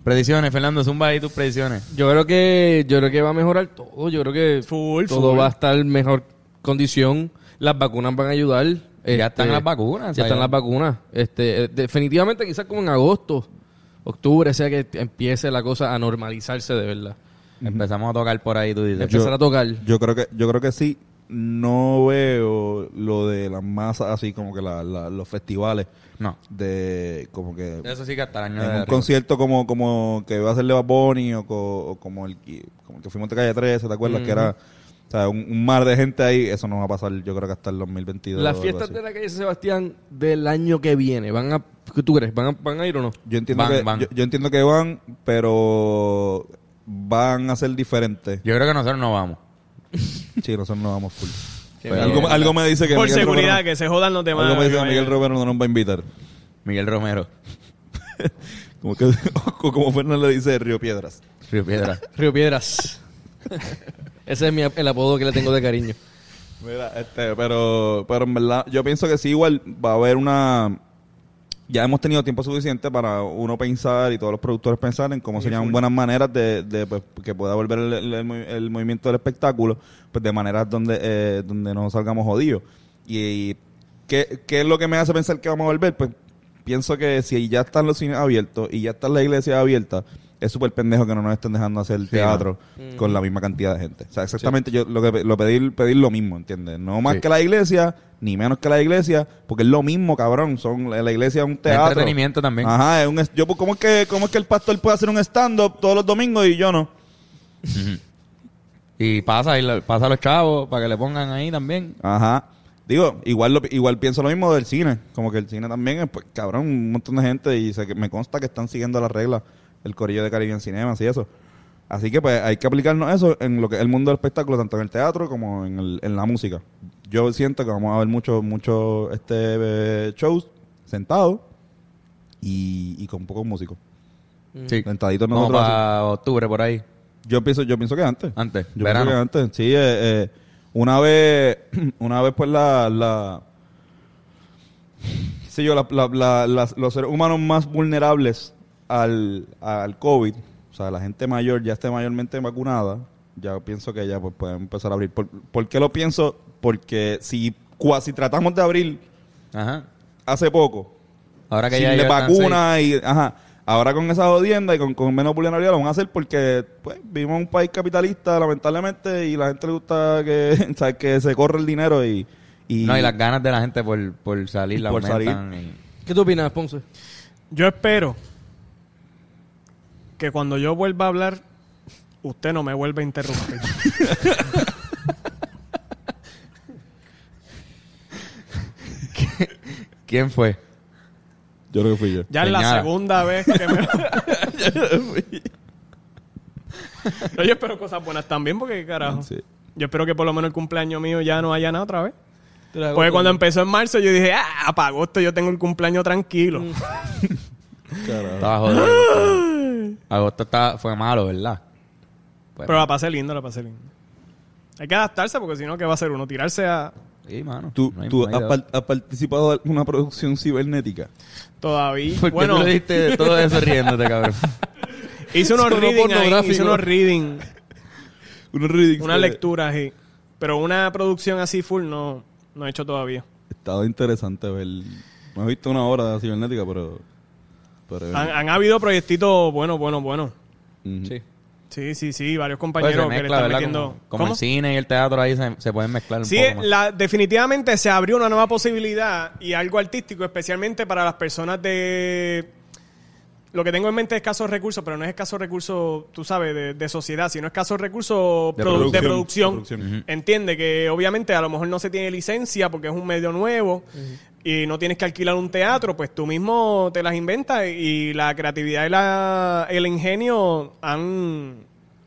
C: Predicciones, Fernando, zumba ahí tus predicciones.
B: Yo creo que yo creo que va a mejorar todo. Yo creo que
D: Full,
B: todo
D: full.
B: va a estar en mejor condición. Las vacunas van a ayudar. Este,
C: ya están las vacunas. o
B: Ya
C: sea,
B: están las vacunas. Este, eh, definitivamente quizás como en agosto, octubre, sea que empiece la cosa a normalizarse de verdad.
C: Empezamos a tocar por ahí, tú dices.
B: Empezar a tocar.
E: Yo creo que yo creo que sí. No veo lo de las masas así como que la- la- los festivales
C: No.
E: de como que
C: Eso sí que hasta el año
E: en
C: de
E: un
C: arriba.
E: concierto como como que va a hacerle Bad Bunny o, co- o como el que- como el que fuimos de calle 13, ¿te acuerdas que era o sea, un, un mar de gente ahí, eso no va a pasar, yo creo que hasta el 2022. o
B: Las
E: algo
B: fiestas
E: así.
B: de la calle San Sebastián del año que viene, ¿van a, ¿qué tú crees? ¿Van a, van a ir o no?
E: Yo entiendo,
C: Van,
E: que,
C: van.
E: Yo, yo entiendo que van, pero van a ser diferentes.
C: Yo creo que nosotros no vamos.
E: Sí, nosotros no vamos full. Pues
C: Pero
E: algo, algo me dice que
D: Por
E: Miguel
D: seguridad,
E: Romero-
D: que se jodan los demás.
E: algo me dice que
D: que
E: Miguel
D: vayan.
E: Romero no nos va a invitar.
C: Miguel Romero,
E: Como, que, o como Fernando le dice de Río Piedras.
C: Río Piedra.
B: Río Piedras. Ese es mi, ap- el apodo que le tengo de cariño.
E: Mira, este, pero, pero en verdad, yo pienso que sí, igual va a haber una ya hemos tenido tiempo suficiente para uno pensar y todos los productores pensar en cómo serían buenas maneras de, de, pues, que pueda volver el, el- el movi- el movimiento del espectáculo, pues de maneras donde, eh, donde no salgamos jodidos. Y, y ¿qué, ¿qué es lo que me hace pensar que vamos a volver? Pues pienso que si ya están los cines abiertos y ya están las iglesias abiertas, es súper pendejo que no nos estén dejando hacer teatro con la misma cantidad de gente. O sea, exactamente yo lo que pe- lo pedir, pedir lo mismo, ¿entiendes? No más
C: Sí.
E: que la iglesia, ni menos que la iglesia, porque es lo mismo, cabrón. Son, la la iglesia es un teatro.
C: entretenimiento también.
E: Ajá, es un, es- yo, pues, ¿cómo, es que, ¿cómo es que el pastor puede hacer un stand-up todos los domingos y yo no?
C: Y pasa, y lo- pasa a los chavos para que le pongan ahí también.
E: Ajá. Digo, igual lo, igual pienso lo mismo del cine. Como que el cine también es, pues, cabrón, un montón de gente y sé que me consta que están siguiendo las reglas el corillo de Caribbean Cinemas y eso. Así que, pues, hay que aplicarnos eso en lo que es el mundo del espectáculo, tanto en el teatro como en, el- en la música. Yo siento que vamos a ver muchos mucho, este, eh, shows sentados y, y con pocos músicos.
D: Mm.
C: Sí.
E: Sentaditos
C: Como
E: nosotros. así.
C: para octubre por ahí.
E: Yo pienso, yo pienso que antes.
C: Antes,
E: Yo
C: verano.
E: pienso que antes. Sí, eh, eh, una vez, una vez pues la, la qué sé yo, la- la- la- las- los seres humanos más vulnerables al, al COVID, o sea, la gente mayor ya esté mayormente vacunada, ya pienso que ya pues, pueden empezar a abrir. ¿Por, por qué lo pienso? Porque si cuasi tratamos de abrir
C: Ajá.
E: hace poco,
C: Ahora que
E: sin
C: ya
E: le
C: ellos están
E: vacuna y ajá ahora con esa jodienda y con, con menos vulnerabilidad lo van a hacer porque pues vivimos en un país capitalista lamentablemente y la gente le gusta que o sea, que se corre el dinero y,
C: safe.
E: y
C: No, y las ganas de la gente por, por salir, la
E: Por
C: aumentan. y-
B: ¿Qué tú opinas, Ponce?
D: Yo espero que cuando yo vuelva a hablar, usted no me vuelva a interrumpir.
C: ¿Quién fue?
E: yo creo que fui yo
D: Ya es la
C: Señala.
D: segunda vez que me... No, yo espero cosas buenas también, porque carajo.
E: Sí.
D: Yo espero que por lo menos el cumpleaños mío ya no haya nada otra vez. Porque cuando empezó en marzo yo dije, ah, para agosto yo tengo el cumpleaños tranquilo.
C: Estaba jodido. Agosto estaba- fue malo, ¿verdad? Pues,
D: Pero la pasé linda, la pasé linda. Hay que adaptarse porque si no, ¿qué va a hacer uno? Tirarse a...
C: sí, mano.
E: tú,
C: No hay-
E: tú ah,
C: no hay
E: has,
C: de
E: par- has participado de alguna producción cibernética
D: Todavía.
C: ¿Por qué
D: bueno,
C: tú le diste todo eso riéndote, cabrón? Pues
D: hice unos
B: Sonó
D: reading ahí,
B: pornográfico.
D: hice unos reading,
E: Unos readings
D: una
E: de-
D: lectura ahí. Pero una producción así full no, no he hecho todavía.
E: estaba interesante ver no he visto una hora de cibernética pero, pero
D: Han, han habido proyectitos buenos, buenos, buenos.
E: ujú.
B: Sí.
D: Sí, sí, sí, varios
C: Pues se
D: compañeros que le
C: mezcla,
D: están
C: ¿verdad?
D: metiendo...
C: Como, como
D: ¿Cómo?
C: el cine y el teatro ahí se, se pueden mezclar un
D: Sí,
C: poco más.
D: la, definitivamente se abrió una nueva posibilidad y algo artístico, especialmente para las personas de... Lo que tengo en mente es escasos recursos, pero no es escasos recursos, tú sabes, de, de sociedad, sino escasos recursos
C: De
D: produ- de
E: producción.
D: producción.
E: De producción.
D: Ujú. Entiende que obviamente a lo mejor no se tiene licencia porque es un medio nuevo y no tienes que alquilar un teatro, pues tú mismo te las inventas y la creatividad y la, el ingenio han,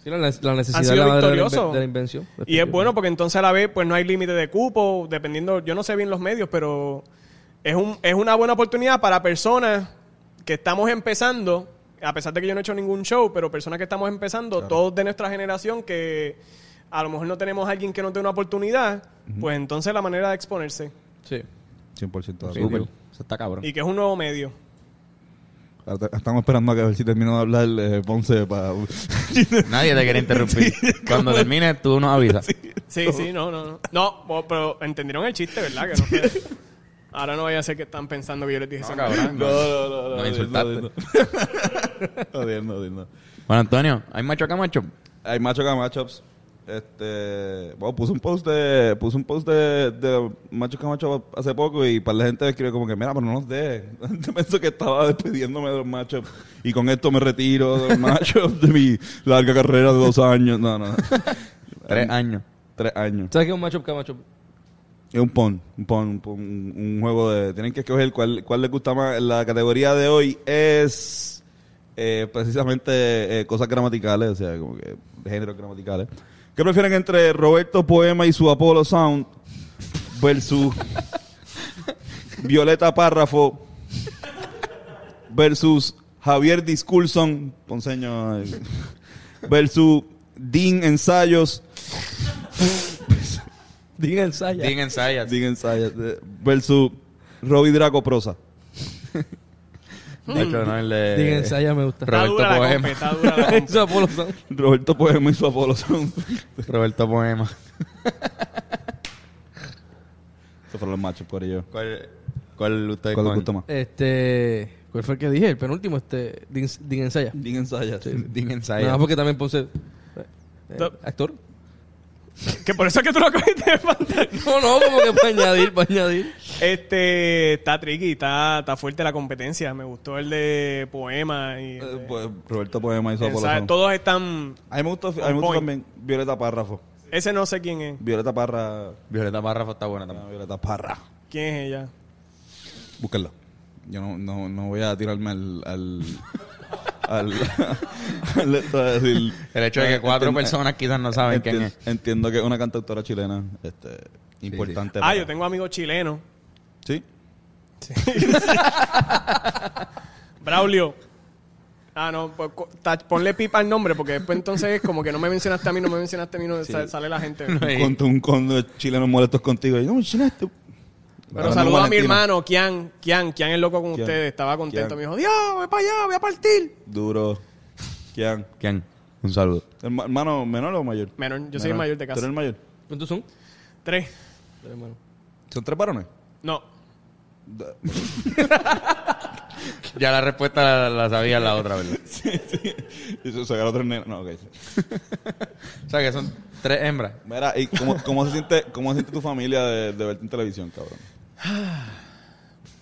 B: Sí, la, la necesidad
D: Han
B: de
D: sido
B: la, de la
D: victoriosos.
B: inven- de la invención.
D: y es bueno porque entonces a la vez pues no hay límite de cupo, dependiendo, yo no sé bien los medios, pero es, un, es una buena oportunidad para personas que estamos empezando, a pesar de que yo no he hecho ningún show, pero personas que estamos empezando, todos de nuestra generación que a lo mejor no tenemos a alguien que nos dé una oportunidad, pues entonces la manera de exponerse
B: Sí.
E: 100% de acuerdo.
C: Súper. Eso está cabrón.
D: y que es un nuevo medio.
E: Ahora Estamos esperando a que a ver si termino de hablar eh, Ponce para
C: Nadie te quiere interrumpir. Cuando termine, tú nos avisas.
D: Sí, sí, no, no, no. No, bo- pero entendieron el chiste, ¿verdad? Que no fue- Ahora no vaya a ser que están pensando que yo les dije eso.
C: cabrón.
E: no, no,
C: No me insultaste.
E: No, no, no, no.
C: Bueno, Antonio, ¿hay macho camacho?
E: Hay macho que matchups. Este, bueno, puse un post de puse un post de, de macho que matchup hace poco y para la gente me escribió como que mira, pero no nos de. La gente pensó que estaba despidiéndome de los matchups y con esto me retiro de los matchups de mi larga carrera de dos años. No, no.
C: Tres años.
E: Tres años.
B: ¿Sabes qué es un matchup que matchup?
E: Es un pon, un pon, un, pon, un- un juego de... Tienen que escoger cuál, cuál les gusta más. La categoría de hoy es eh, precisamente eh, cosas gramaticales, o sea, como que géneros gramaticales. ¿Qué prefieren entre Roberto Poema y su Apollo Sound versus Violeta Párrafo versus Javier Disculson, ponceño, eh, versus Dean Ensayos
B: Diga ensaya.
C: Bien ensayas.
E: Digan Sayas, eh, versus Robbie Draco Prosa.
C: De hecho, no, el de...
B: Diga, ensaya, me gusta.
D: Está
C: Roberto
D: dura la
C: Poema.
D: compa, está dura la compa.
B: Eso, Apolo San.
E: Roberto Poema y su Apolo son.
C: Roberto Poema.
E: Esos fueron los machos, corillo.
C: ¿Cuál, cuál usted
E: ¿Cuál les
C: con-
E: gustó más?
B: Este. ¿Cuál fue el que dije? El penúltimo, este. Din, Din Ensaya.
E: Bien ensayas.
C: Dean Ensayo.
B: No, porque también Ponce. eh,
D: No.
B: ¿Actor?
D: Que por eso es que tú lo cogiste de pantalla.
B: No, no, como que para añadir, para añadir.
D: Este, está tricky, está, está fuerte la competencia. Me gustó el de poema y... el de-
E: Eh, pues, Roberto Poema y su Apolo
D: Ensaya.
E: son.
D: todos están...
E: A mí me gustó, a mí me gustó
D: point.
E: también Violeta Párrafo.
D: Ese no sé quién es.
E: Violeta Parra.
C: Violeta Párrafo está buena también.
E: no, Violeta Parra.
D: ¿Quién es ella?
E: Búsquenla. Yo no, no, no voy a tirarme al. al. al. al esto de decir-
C: El hecho de que cuatro
E: Entiendo-
C: personas quizás no saben quién
E: entien-
C: es.
E: Entiendo que es una cantautora chilena. Este, importante.
D: Ah,
E: para-
D: yo tengo amigos chilenos.
E: Sí.
D: Braulio. Ah, no, pues, co- ta- ponle pipa al nombre porque después entonces es como que no me mencionaste a mí, no me mencionaste a mí, no sa- sale la gente.
E: Un conto- un condo de chilenos molestos contigo. Y, no, Chile, este-
D: Pero
E: Hablando
D: saludo a mi
E: Valentino.
D: hermano, Kian, Kian, Kian es loco con
E: Kian.
D: ustedes, estaba contento,
E: Kian.
D: me dijo, Dios, voy para allá, voy a partir.
E: Duro. ¿Quién?
C: ¿Quién? Un saludo.
E: Herma- ¿Hermano menor o mayor?
D: Menor, yo soy el
E: Menor.
D: mayor de
E: ¿Tú eres
D: casa.
E: el mayor?
B: ¿Cuántos son?
D: Tres.
B: Tres, hermano.
E: ¿Son tres varones?
D: No.
C: Ya la respuesta la, la sabía la otra, ¿verdad?
E: Y se sacaron tres nenas. No, ok.
C: O sea, que son tres hembras.
E: Mira, ¿y cómo, cómo se siente, cómo se siente tu familia de, de verte en televisión, cabrón?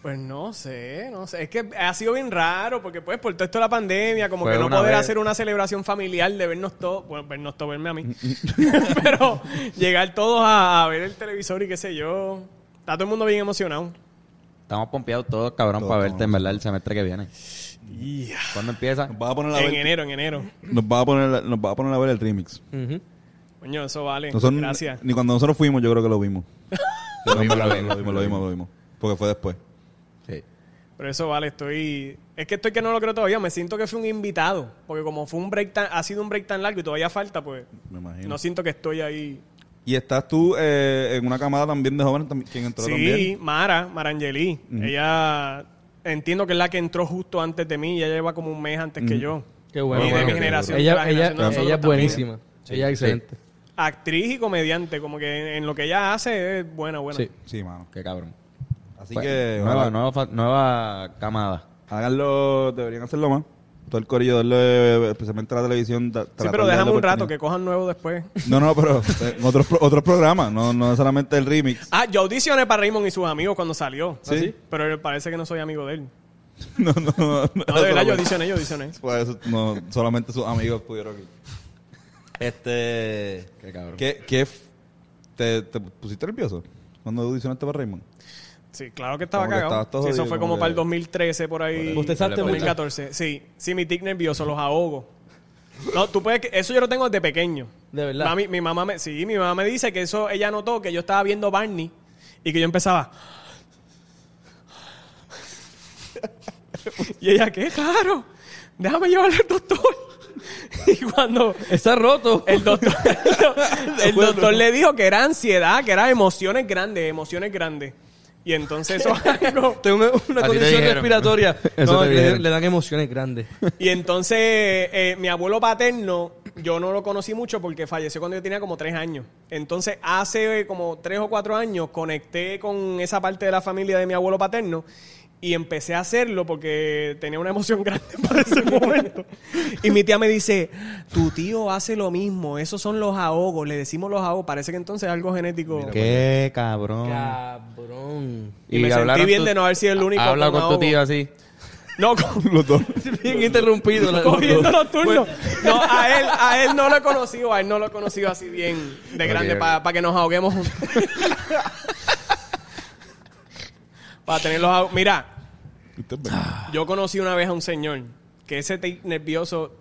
D: Pues no sé, no sé. Es que ha sido bien raro, porque pues por todo esto de la pandemia, como
C: Fue
D: que no
C: una
D: poder
C: vez.
D: hacer una celebración familiar de vernos todos, bueno, vernos todos, verme a
C: Mm,
D: mí. Pero llegar todos a, a ver el televisor y qué sé yo. Está todo el mundo bien emocionado.
C: Estamos pompeados todos, cabrón,
E: Todos
C: para verte
E: estamos
C: en verdad el semestre que viene. ¿Cuándo empieza?
E: Nos vas a poner la
D: En
E: ver-
D: enero, en enero.
E: nos vas a poner la- nos vas a poner a ver el remix.
B: Ujú.
D: Coño, eso vale.
E: Nosotros-
D: Gracias.
E: Ni cuando nosotros fuimos, yo creo que lo vimos.
C: Lo vimos, lo
E: Lo vimos, lo vimos, lo vimos. Porque fue después.
C: Sí.
D: Pero eso vale, estoy... Es que estoy que no lo creo todavía. Me siento que fui un invitado. Porque como fue un break tan... ha sido un break tan largo y todavía falta, pues...
E: Me imagino.
D: No siento que estoy ahí.
E: Y estás tú eh, en una camada también de jóvenes también- quien entró
D: Sí,
E: también.
D: Mara, Marangeli. Ella entiendo que es la que entró justo antes de mí. Ella lleva como un mes antes que yo.
B: Qué bueno.
D: Y de
B: mano.
D: mi generación. de la
B: Ella, ella,
D: generación de nosotros
B: ella es
D: también.
B: buenísima. Ella es excelente.
D: Actriz y comediante. Como que en, en lo que ella hace es buena, buena.
B: Sí.
E: Sí, mano.
C: Qué cabrón.
E: Así
C: Pues,
E: que
C: Nueva,
E: ojalá-
C: nueva, fa- nueva camada.
E: háganlo, deberían hacerlo más. Todo el corillo, darle, especialmente a la televisión. da-
D: Sí,
E: tratar
D: pero
E: de darle
D: déjame un rato
E: oportunidad.
D: que cojan nuevo después.
E: No, no, pero eh, otros, pro- otros programas, no, no solamente el remix.
D: Ah, yo audicioné para Raymond y sus amigos cuando salió.
E: ¿Sí?
D: Así. Pero él- parece que no soy amigo de él.
E: No, no, no.
D: No, de verdad, yo audicioné, yo audicioné.
E: Pues eso, no, solamente sus amigos pudieron ir. Este.
C: Qué cabrón.
E: ¿Qué, qué f- te, te pusiste nervioso cuando audicionaste para Raymond?
D: Sí, claro que estaba
E: Como que
D: cagado.
E: estabas todo
D: Sí, eso
E: jodido,
D: fue
E: como
D: como
E: que-
D: para el 2013, por ahí.
B: ¿Bostezaste mucho?
D: 2014. Sí, sí, mi tic nervioso, los ahogo. No, tú puedes... que- Eso yo lo tengo desde pequeño.
B: De verdad.
D: Mami- mi mamá me... Sí, mi mamá me dice que eso... Ella notó que yo estaba viendo Barney y que yo empezaba... y ella, qué raro. Déjame llevarle al doctor. y cuando...
B: Está roto.
D: El doctor, el doctor le dijo que era ansiedad, que era emociones grandes, emociones grandes. Y entonces eso algo-
B: Tengo una, una
C: te
B: condición
C: dijeron.
B: respiratoria.
C: Eso
B: No,
C: te
B: le,
C: dijeron.
B: le dan emociones grandes.
D: Y entonces eh, mi abuelo paterno, yo no lo conocí mucho porque falleció cuando yo tenía como tres años. Entonces hace eh, como tres o cuatro años conecté con esa parte de la familia de mi abuelo paterno y empecé a hacerlo porque tenía una emoción grande para ese momento. Y mi tía me dice, tu tío hace lo mismo, esos son los ahogos, le decimos los ahogos, parece que entonces es algo genético.
C: Qué cabrón.
B: Cabrón.
D: Y me sentí
C: hablaron
D: bien de no haber sido el único
C: Ha- Habla
D: con
C: con tu
D: ahogo.
C: tío así.
D: No, con-
E: Los dos.
B: Bien interrumpido. la-
D: cogiendo los turnos. No, a él, a él no lo he conocido, a él no lo he conocido así bien de
C: Ok,
D: grande
C: ok.
D: para que nos ahoguemos para tenerlos ahogados. Mira, yo conocí una vez a un señor que ese tic nervioso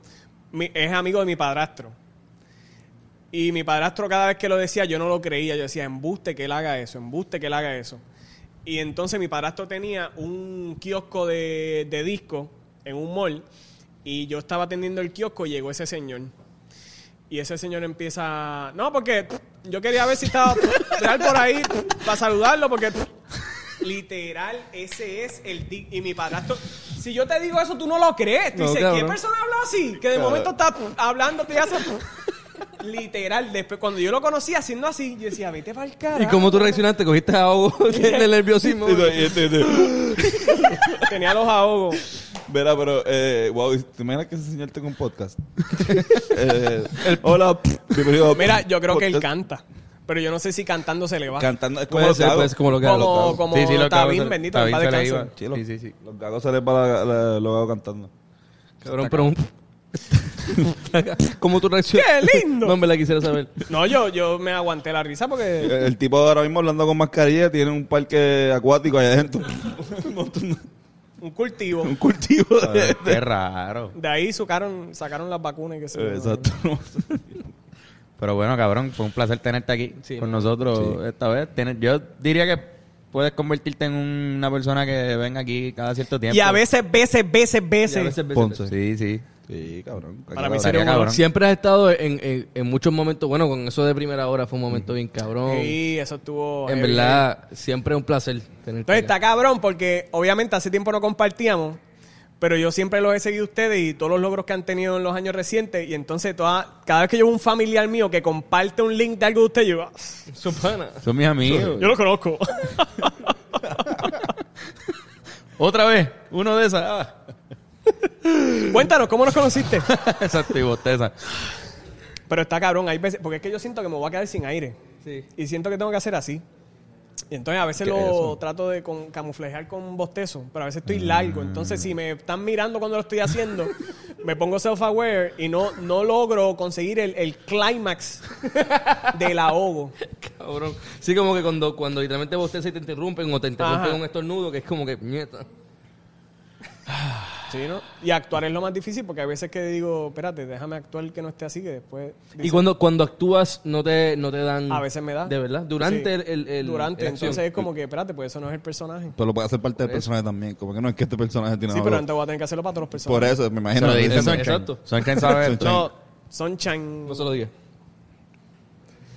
D: mi- es amigo de mi padrastro. Y mi padrastro cada vez que lo decía yo no lo creía, yo decía, embuste que él haga eso, embuste que él haga eso. Y entonces mi padrastro tenía un kiosco de, de disco en un mall y yo estaba atendiendo el kiosco y llegó ese señor. Y ese señor empieza, no, porque yo quería ver si estaba real por ahí para saludarlo porque Literal, ese es el tic. Y mi padrastro Si yo te digo eso, tú no lo crees. Tú
B: No,
D: dices, ¿qué
B: cabrón.
D: persona habla así? Que de momento está hablando, te hace... Literal, después cuando yo lo conocí haciendo así, yo decía, vete para el cara.
B: ¿Y cómo tú reaccionaste? ¿Cogiste ahogo del nerviosismo?
E: Y tú- este, y tú- y tú-
D: Tenía los ahogos.
E: Verá, pero, eh, wow, ¿te imaginas que ese señor tenga un podcast? Eh, hola, bienvenido a-
D: Mira, yo creo que él
E: podcast.
D: canta. Pero yo no sé si cantando se le va.
E: Cantando, es como
B: Puede
E: los
B: ser, puede
E: gagos.
B: ser como lo que hago.
D: como
E: Claro, claro.
D: como
C: Sí, sí, lo que
D: Tabín,
C: hago,
D: bendito,
C: Tabín
D: en paz
C: se le
D: descanse.
C: iba.
E: Sí, los,
C: Sí, sí, sí.
E: Los gagos salen para la- los gagos cantando.
B: Cabrón, pero un- ¿Cómo tú reaccionaste?
D: ¡Qué lindo!
B: No, me la quisiera saber.
D: No, yo, yo me aguanté la risa
E: El,
D: porque
E: Eh, el tipo ahora mismo hablando con mascarilla tiene un parque acuático allá adentro. un, montón-
D: un cultivo.
E: un cultivo de...
C: Qué raro.
D: De ahí sacaron, sacaron las vacunas y que se
E: Eh, Exacto.
C: Pero bueno, cabrón, fue un placer tenerte aquí
B: Sí,
C: con
B: mano.
C: nosotros esta vez. Tienes- yo diría que puedes convertirte en una persona que venga aquí cada cierto tiempo.
D: Y a veces, veces, veces,
C: Y a veces,
D: veces.
C: veces,
E: Ponce.
C: Sí, sí.
E: Sí, cabrón.
D: Para mí
C: Estaría
D: sería un
C: cabrón.
D: honor.
B: Siempre has estado en, en- en muchos momentos, bueno, con eso de primera hora fue un momento bien cabrón.
D: Sí, eso estuvo.
B: en
D: heavy. Pues
B: verdad, siempre es un placer tenerte
D: Entonces
B: acá.
D: está cabrón porque obviamente hace tiempo no compartíamos, pero yo siempre los he seguido a ustedes y todos los logros que han tenido en los años recientes. Y entonces toda, cada vez que yo veo un familiar mío que comparte un link de algo de ustedes, yo, "Ah,
B: Su pana.
C: Son mis amigos.
D: yo lo conozco.
C: Otra vez, uno de esas. Ah,
D: Cuéntanos, ¿cómo nos conociste?
C: Exacto, y bosteza.
D: Pero está cabrón, hay veces, porque es que yo siento que me voy a quedar sin aire.
B: Sí.
D: Y siento que tengo que hacer así. Y entonces a veces
C: ¿Qué
D: lo
C: es eso?
D: trato de con- camuflejar con un bostezo, pero a veces
B: Mm.
D: estoy largo. Entonces si me están mirando cuando lo estoy haciendo, me pongo self-aware y no, no logro conseguir el, el clímax del ahogo.
B: Cabrón. Sí, como que cuando, cuando literalmente vos te interrumpen o te interrumpen
D: Ajá.
B: un estornudo, que es como que nieta.
D: ¿sí, no? Y actuar es lo más difícil porque a veces que digo, espérate, déjame actuar que no esté así, que después...
B: Y
D: dice-
B: cuando, cuando actúas, no te, no te dan.
D: a veces me da.
B: De verdad. Durante
D: Sí.
B: el, el, el-
D: Durante,
B: la acción.
D: entonces es como que, espérate, pues eso no es el personaje.
E: Pero lo puede hacer parte del personaje también. Como que no es que este personaje tiene
D: Sí, pero
E: algo.
D: antes voy a tener que hacerlo para todos los personajes.
E: Por eso, me
C: Se
E: imagino.
C: lo dice
E: Eso-
C: Sunshine.
B: exacto.
C: Sunshine sabe esto.
E: Sunshine.
D: No, son chan...
B: No se lo digas.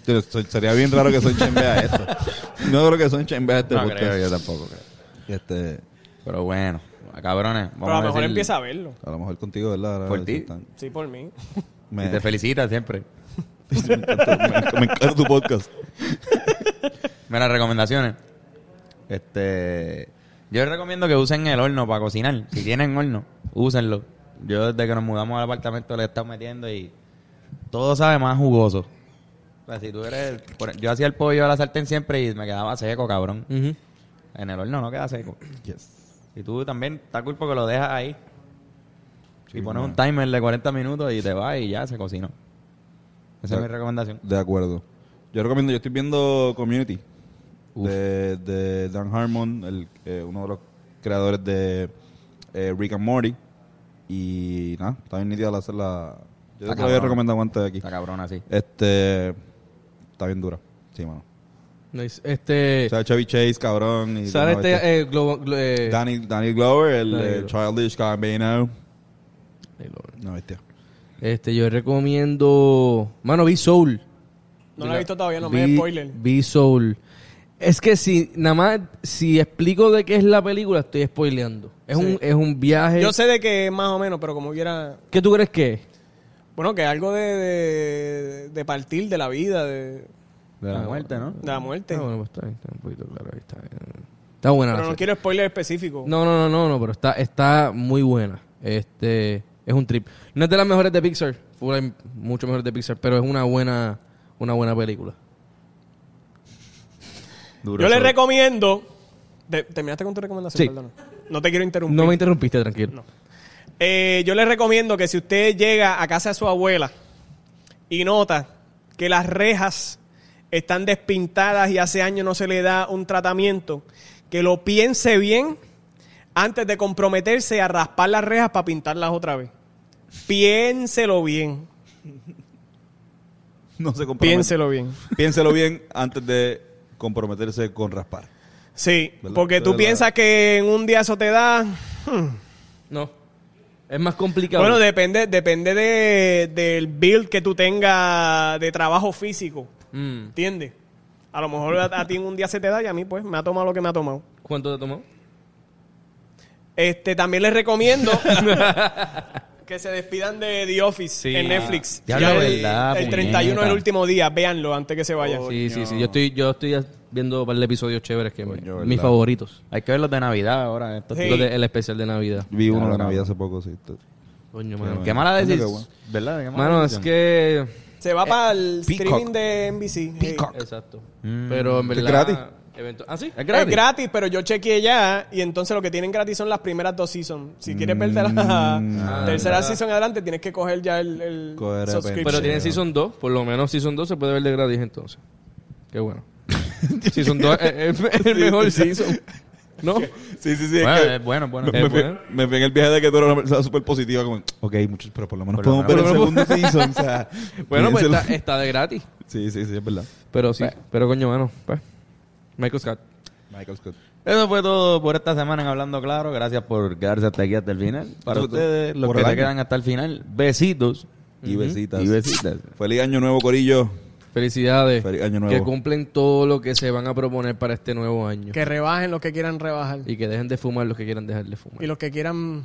E: Tío, so- Sería bien raro que Sunshine vea esto. No creo que Sunshine vea este
C: No
E: podcast.
C: creo.
E: Yo tampoco creo. Este,
C: Pero bueno, cabrones. Vamos
D: Pero a lo mejor
C: decir-
D: empieza a verlo.
E: a lo mejor contigo, ¿verdad?
C: Por
E: Ahora,
C: ti.
E: están-
D: Sí, por mí.
E: Me,
C: y Te felicita siempre.
E: me encanta, me enc- me encanta tu podcast.
C: Mira, recomendaciones. Este. Yo les recomiendo que usen el horno para cocinar. Si tienen horno, úsenlo. Yo desde que nos mudamos al apartamento le he estado metiendo y todo sabe más jugoso. O sea, si tú eres. por- Yo hacía el pollo a la sartén siempre y me quedaba seco, cabrón. En el horno no queda seco. Y tú también, está cool porque lo dejas ahí. y pones un timer de 40 minutos y te vas y ya se cocinó. Esa es mi
E: Ya.
C: recomendación.
E: De acuerdo. Yo recomiendo, yo estoy viendo Community de, de Dan Harmon, el, eh, uno de los creadores de eh, Rick and Morty. Y nada, está bien nítida la. la
C: Está
E: yo te lo había
C: cabrón.
E: recomendado antes de aquí.
C: Está cabrón así.
E: Este. Está bien dura. Sí, mano.
B: Nice. Este.
E: O sea, Chevy Chase, cabrón. Y
B: Sale
E: una bestia.
B: este. eh, Globo- Glo- eh,
E: Danny, Danny Glover, el,
B: Danny
E: eh,
B: Glover.
E: Childish Gambino.
B: Ay, Lord.
E: No, bestia.
B: Este, yo recomiendo. Mano, vi Soul.
D: No lo he visto todavía, no me
B: Vi- Eh.
D: des spoiler.
B: Vi Soul. Es que si, nada más, si explico de qué es la película, estoy spoileando. Es,
D: Sí.
B: un, es un viaje.
D: Yo sé de que más o menos, pero como quiera.
B: ¿Qué tú crees que es?
D: Bueno, que algo de, de, de partir de la vida, de, de
C: De la muerte, ¿no?
D: la muerte.
B: Ah, bueno, pues está, bien, está un poquito claro. ahí Está, bien. Está buena
D: pero
B: la
D: no
B: serie.
D: quiero spoiler específico.
B: No, no, no, no, no, pero está, está muy buena. Este, es un trip. No es de las mejores de Pixar, fueron mucho mejores de Pixar, pero es una buena, una buena película.
C: Duro
D: Yo le
C: eso.
D: recomiendo. te- ¿Terminaste con tu recomendación?
B: Sí.
D: Perdona. No te quiero interrumpir.
B: No me interrumpiste, tranquilo.
D: Eh, yo le recomiendo que si usted llega a casa de su abuela y nota que las rejas están despintadas y hace años no se le da un tratamiento, que lo piense bien antes de comprometerse a raspar las rejas para pintarlas otra vez. Piénselo bien.
E: No se compromete.
D: Piénselo bien.
E: Piénselo bien antes de comprometerse con raspar.
D: Sí,
E: ¿Verdad?
D: porque tú
E: ¿Verdad?
D: piensas que en un día eso te da.
B: No. Es más complicado.
D: Bueno, depende, depende de- del build que tú tengas de trabajo físico.
B: Mm,
D: ¿Entiendes? A lo mejor a, a ti en un día se te da y a mí pues me ha tomado lo que me ha tomado.
B: ¿Cuánto te tomó?
D: Este, también les recomiendo que se despidan de The Office en Netflix.
C: Ya la
D: el,
C: verdad,
D: el 31 es
C: puñeta.
D: el último día, véanlo antes que se vayan.
B: Sí, sí, sí. Yo estoy, yo estoy viendo un par de episodios chéveres que me-
E: Coño,
B: mis
E: ¿verdad?
B: favoritos.
C: Hay que ver los de Navidad ahora. estos
D: Sí.
B: Los de- el especial de Navidad.
E: Vi uno de
C: Cabrón.
E: Navidad hace poco, sí.
B: Coño,
C: tíos.
B: mano.
C: Qué mala
E: Coño, qué
C: decisión.
E: bueno. ¿Verdad? Qué mala
B: Mano, es
E: decisión.
B: que.
D: Se va para el
C: Peacock.
D: streaming de NBC. sí.
B: Exacto. Pero en
E: Mm. Es
B: verdad.
E: gratis.
B: eventu- Ah, sí, es
D: Es
B: gratis.
D: gratis, pero yo chequeé ya y entonces lo que tienen gratis son las primeras dos seasons. Si quieres ver de la tercera season adelante, tienes que coger ya el, el
E: Coger de
D: subscription.
B: Pero
E: Sí,
B: tienen
E: no.
B: Season 2, por lo menos Season 2 se puede ver de gratis entonces. Qué bueno. season 2 es, es el mejor Season. ¿No?
E: Sí, sí, sí. es
C: Bueno,
E: que-
C: es bueno, es bueno.
E: Me,
B: Eh,
E: me fui,
B: bueno.
E: me fui en el viaje de que tú eras una persona súper positiva. Como, ok, muchos, pero por lo menos
C: Por lo
E: podemos ver el
B: menos.
E: segundo season. o sea,
B: Bueno, pues
E: piénselo.
B: está, está de gratis.
E: Sí, sí, sí, es verdad.
B: Pero sí, pero coño, mano. Pues. Michael Scott.
E: Michael Scott.
C: Eso fue todo por esta semana en Hablando Claro. Gracias por quedarse hasta aquí hasta el final. Para
E: Eso fue todo.
C: ustedes, los
E: Por
C: que
E: el
C: se
E: año.
C: quedan hasta el final, besitos.
E: Y besitas.
C: Y besitas.
E: Feliz año nuevo, Corillo.
B: Felicidades.
E: Feliz año nuevo.
B: Que cumplen todo lo que se van a proponer para este nuevo año.
D: Que rebajen los que quieran rebajar.
B: Y que dejen de fumar los que quieran dejar de fumar.
D: Y los que quieran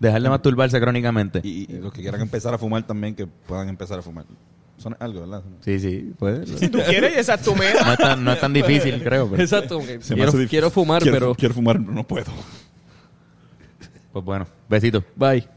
C: Dejar de masturbarse crónicamente.
E: Y, y los que quieran empezar a fumar también, que puedan empezar a fumar. Son algo, ¿verdad?
C: Sí, sí, puede.
D: Si tú quieres, esa es tu meta.
C: No es tan, no es tan difícil, creo. pero-
B: Exacto. porque
E: Se me
B: Quiero,
E: hace difícil.
B: quiero fumar,
E: Quiero-
B: pero.
E: Quiero fumar, no puedo.
C: Pues bueno, besitos.
B: Bye.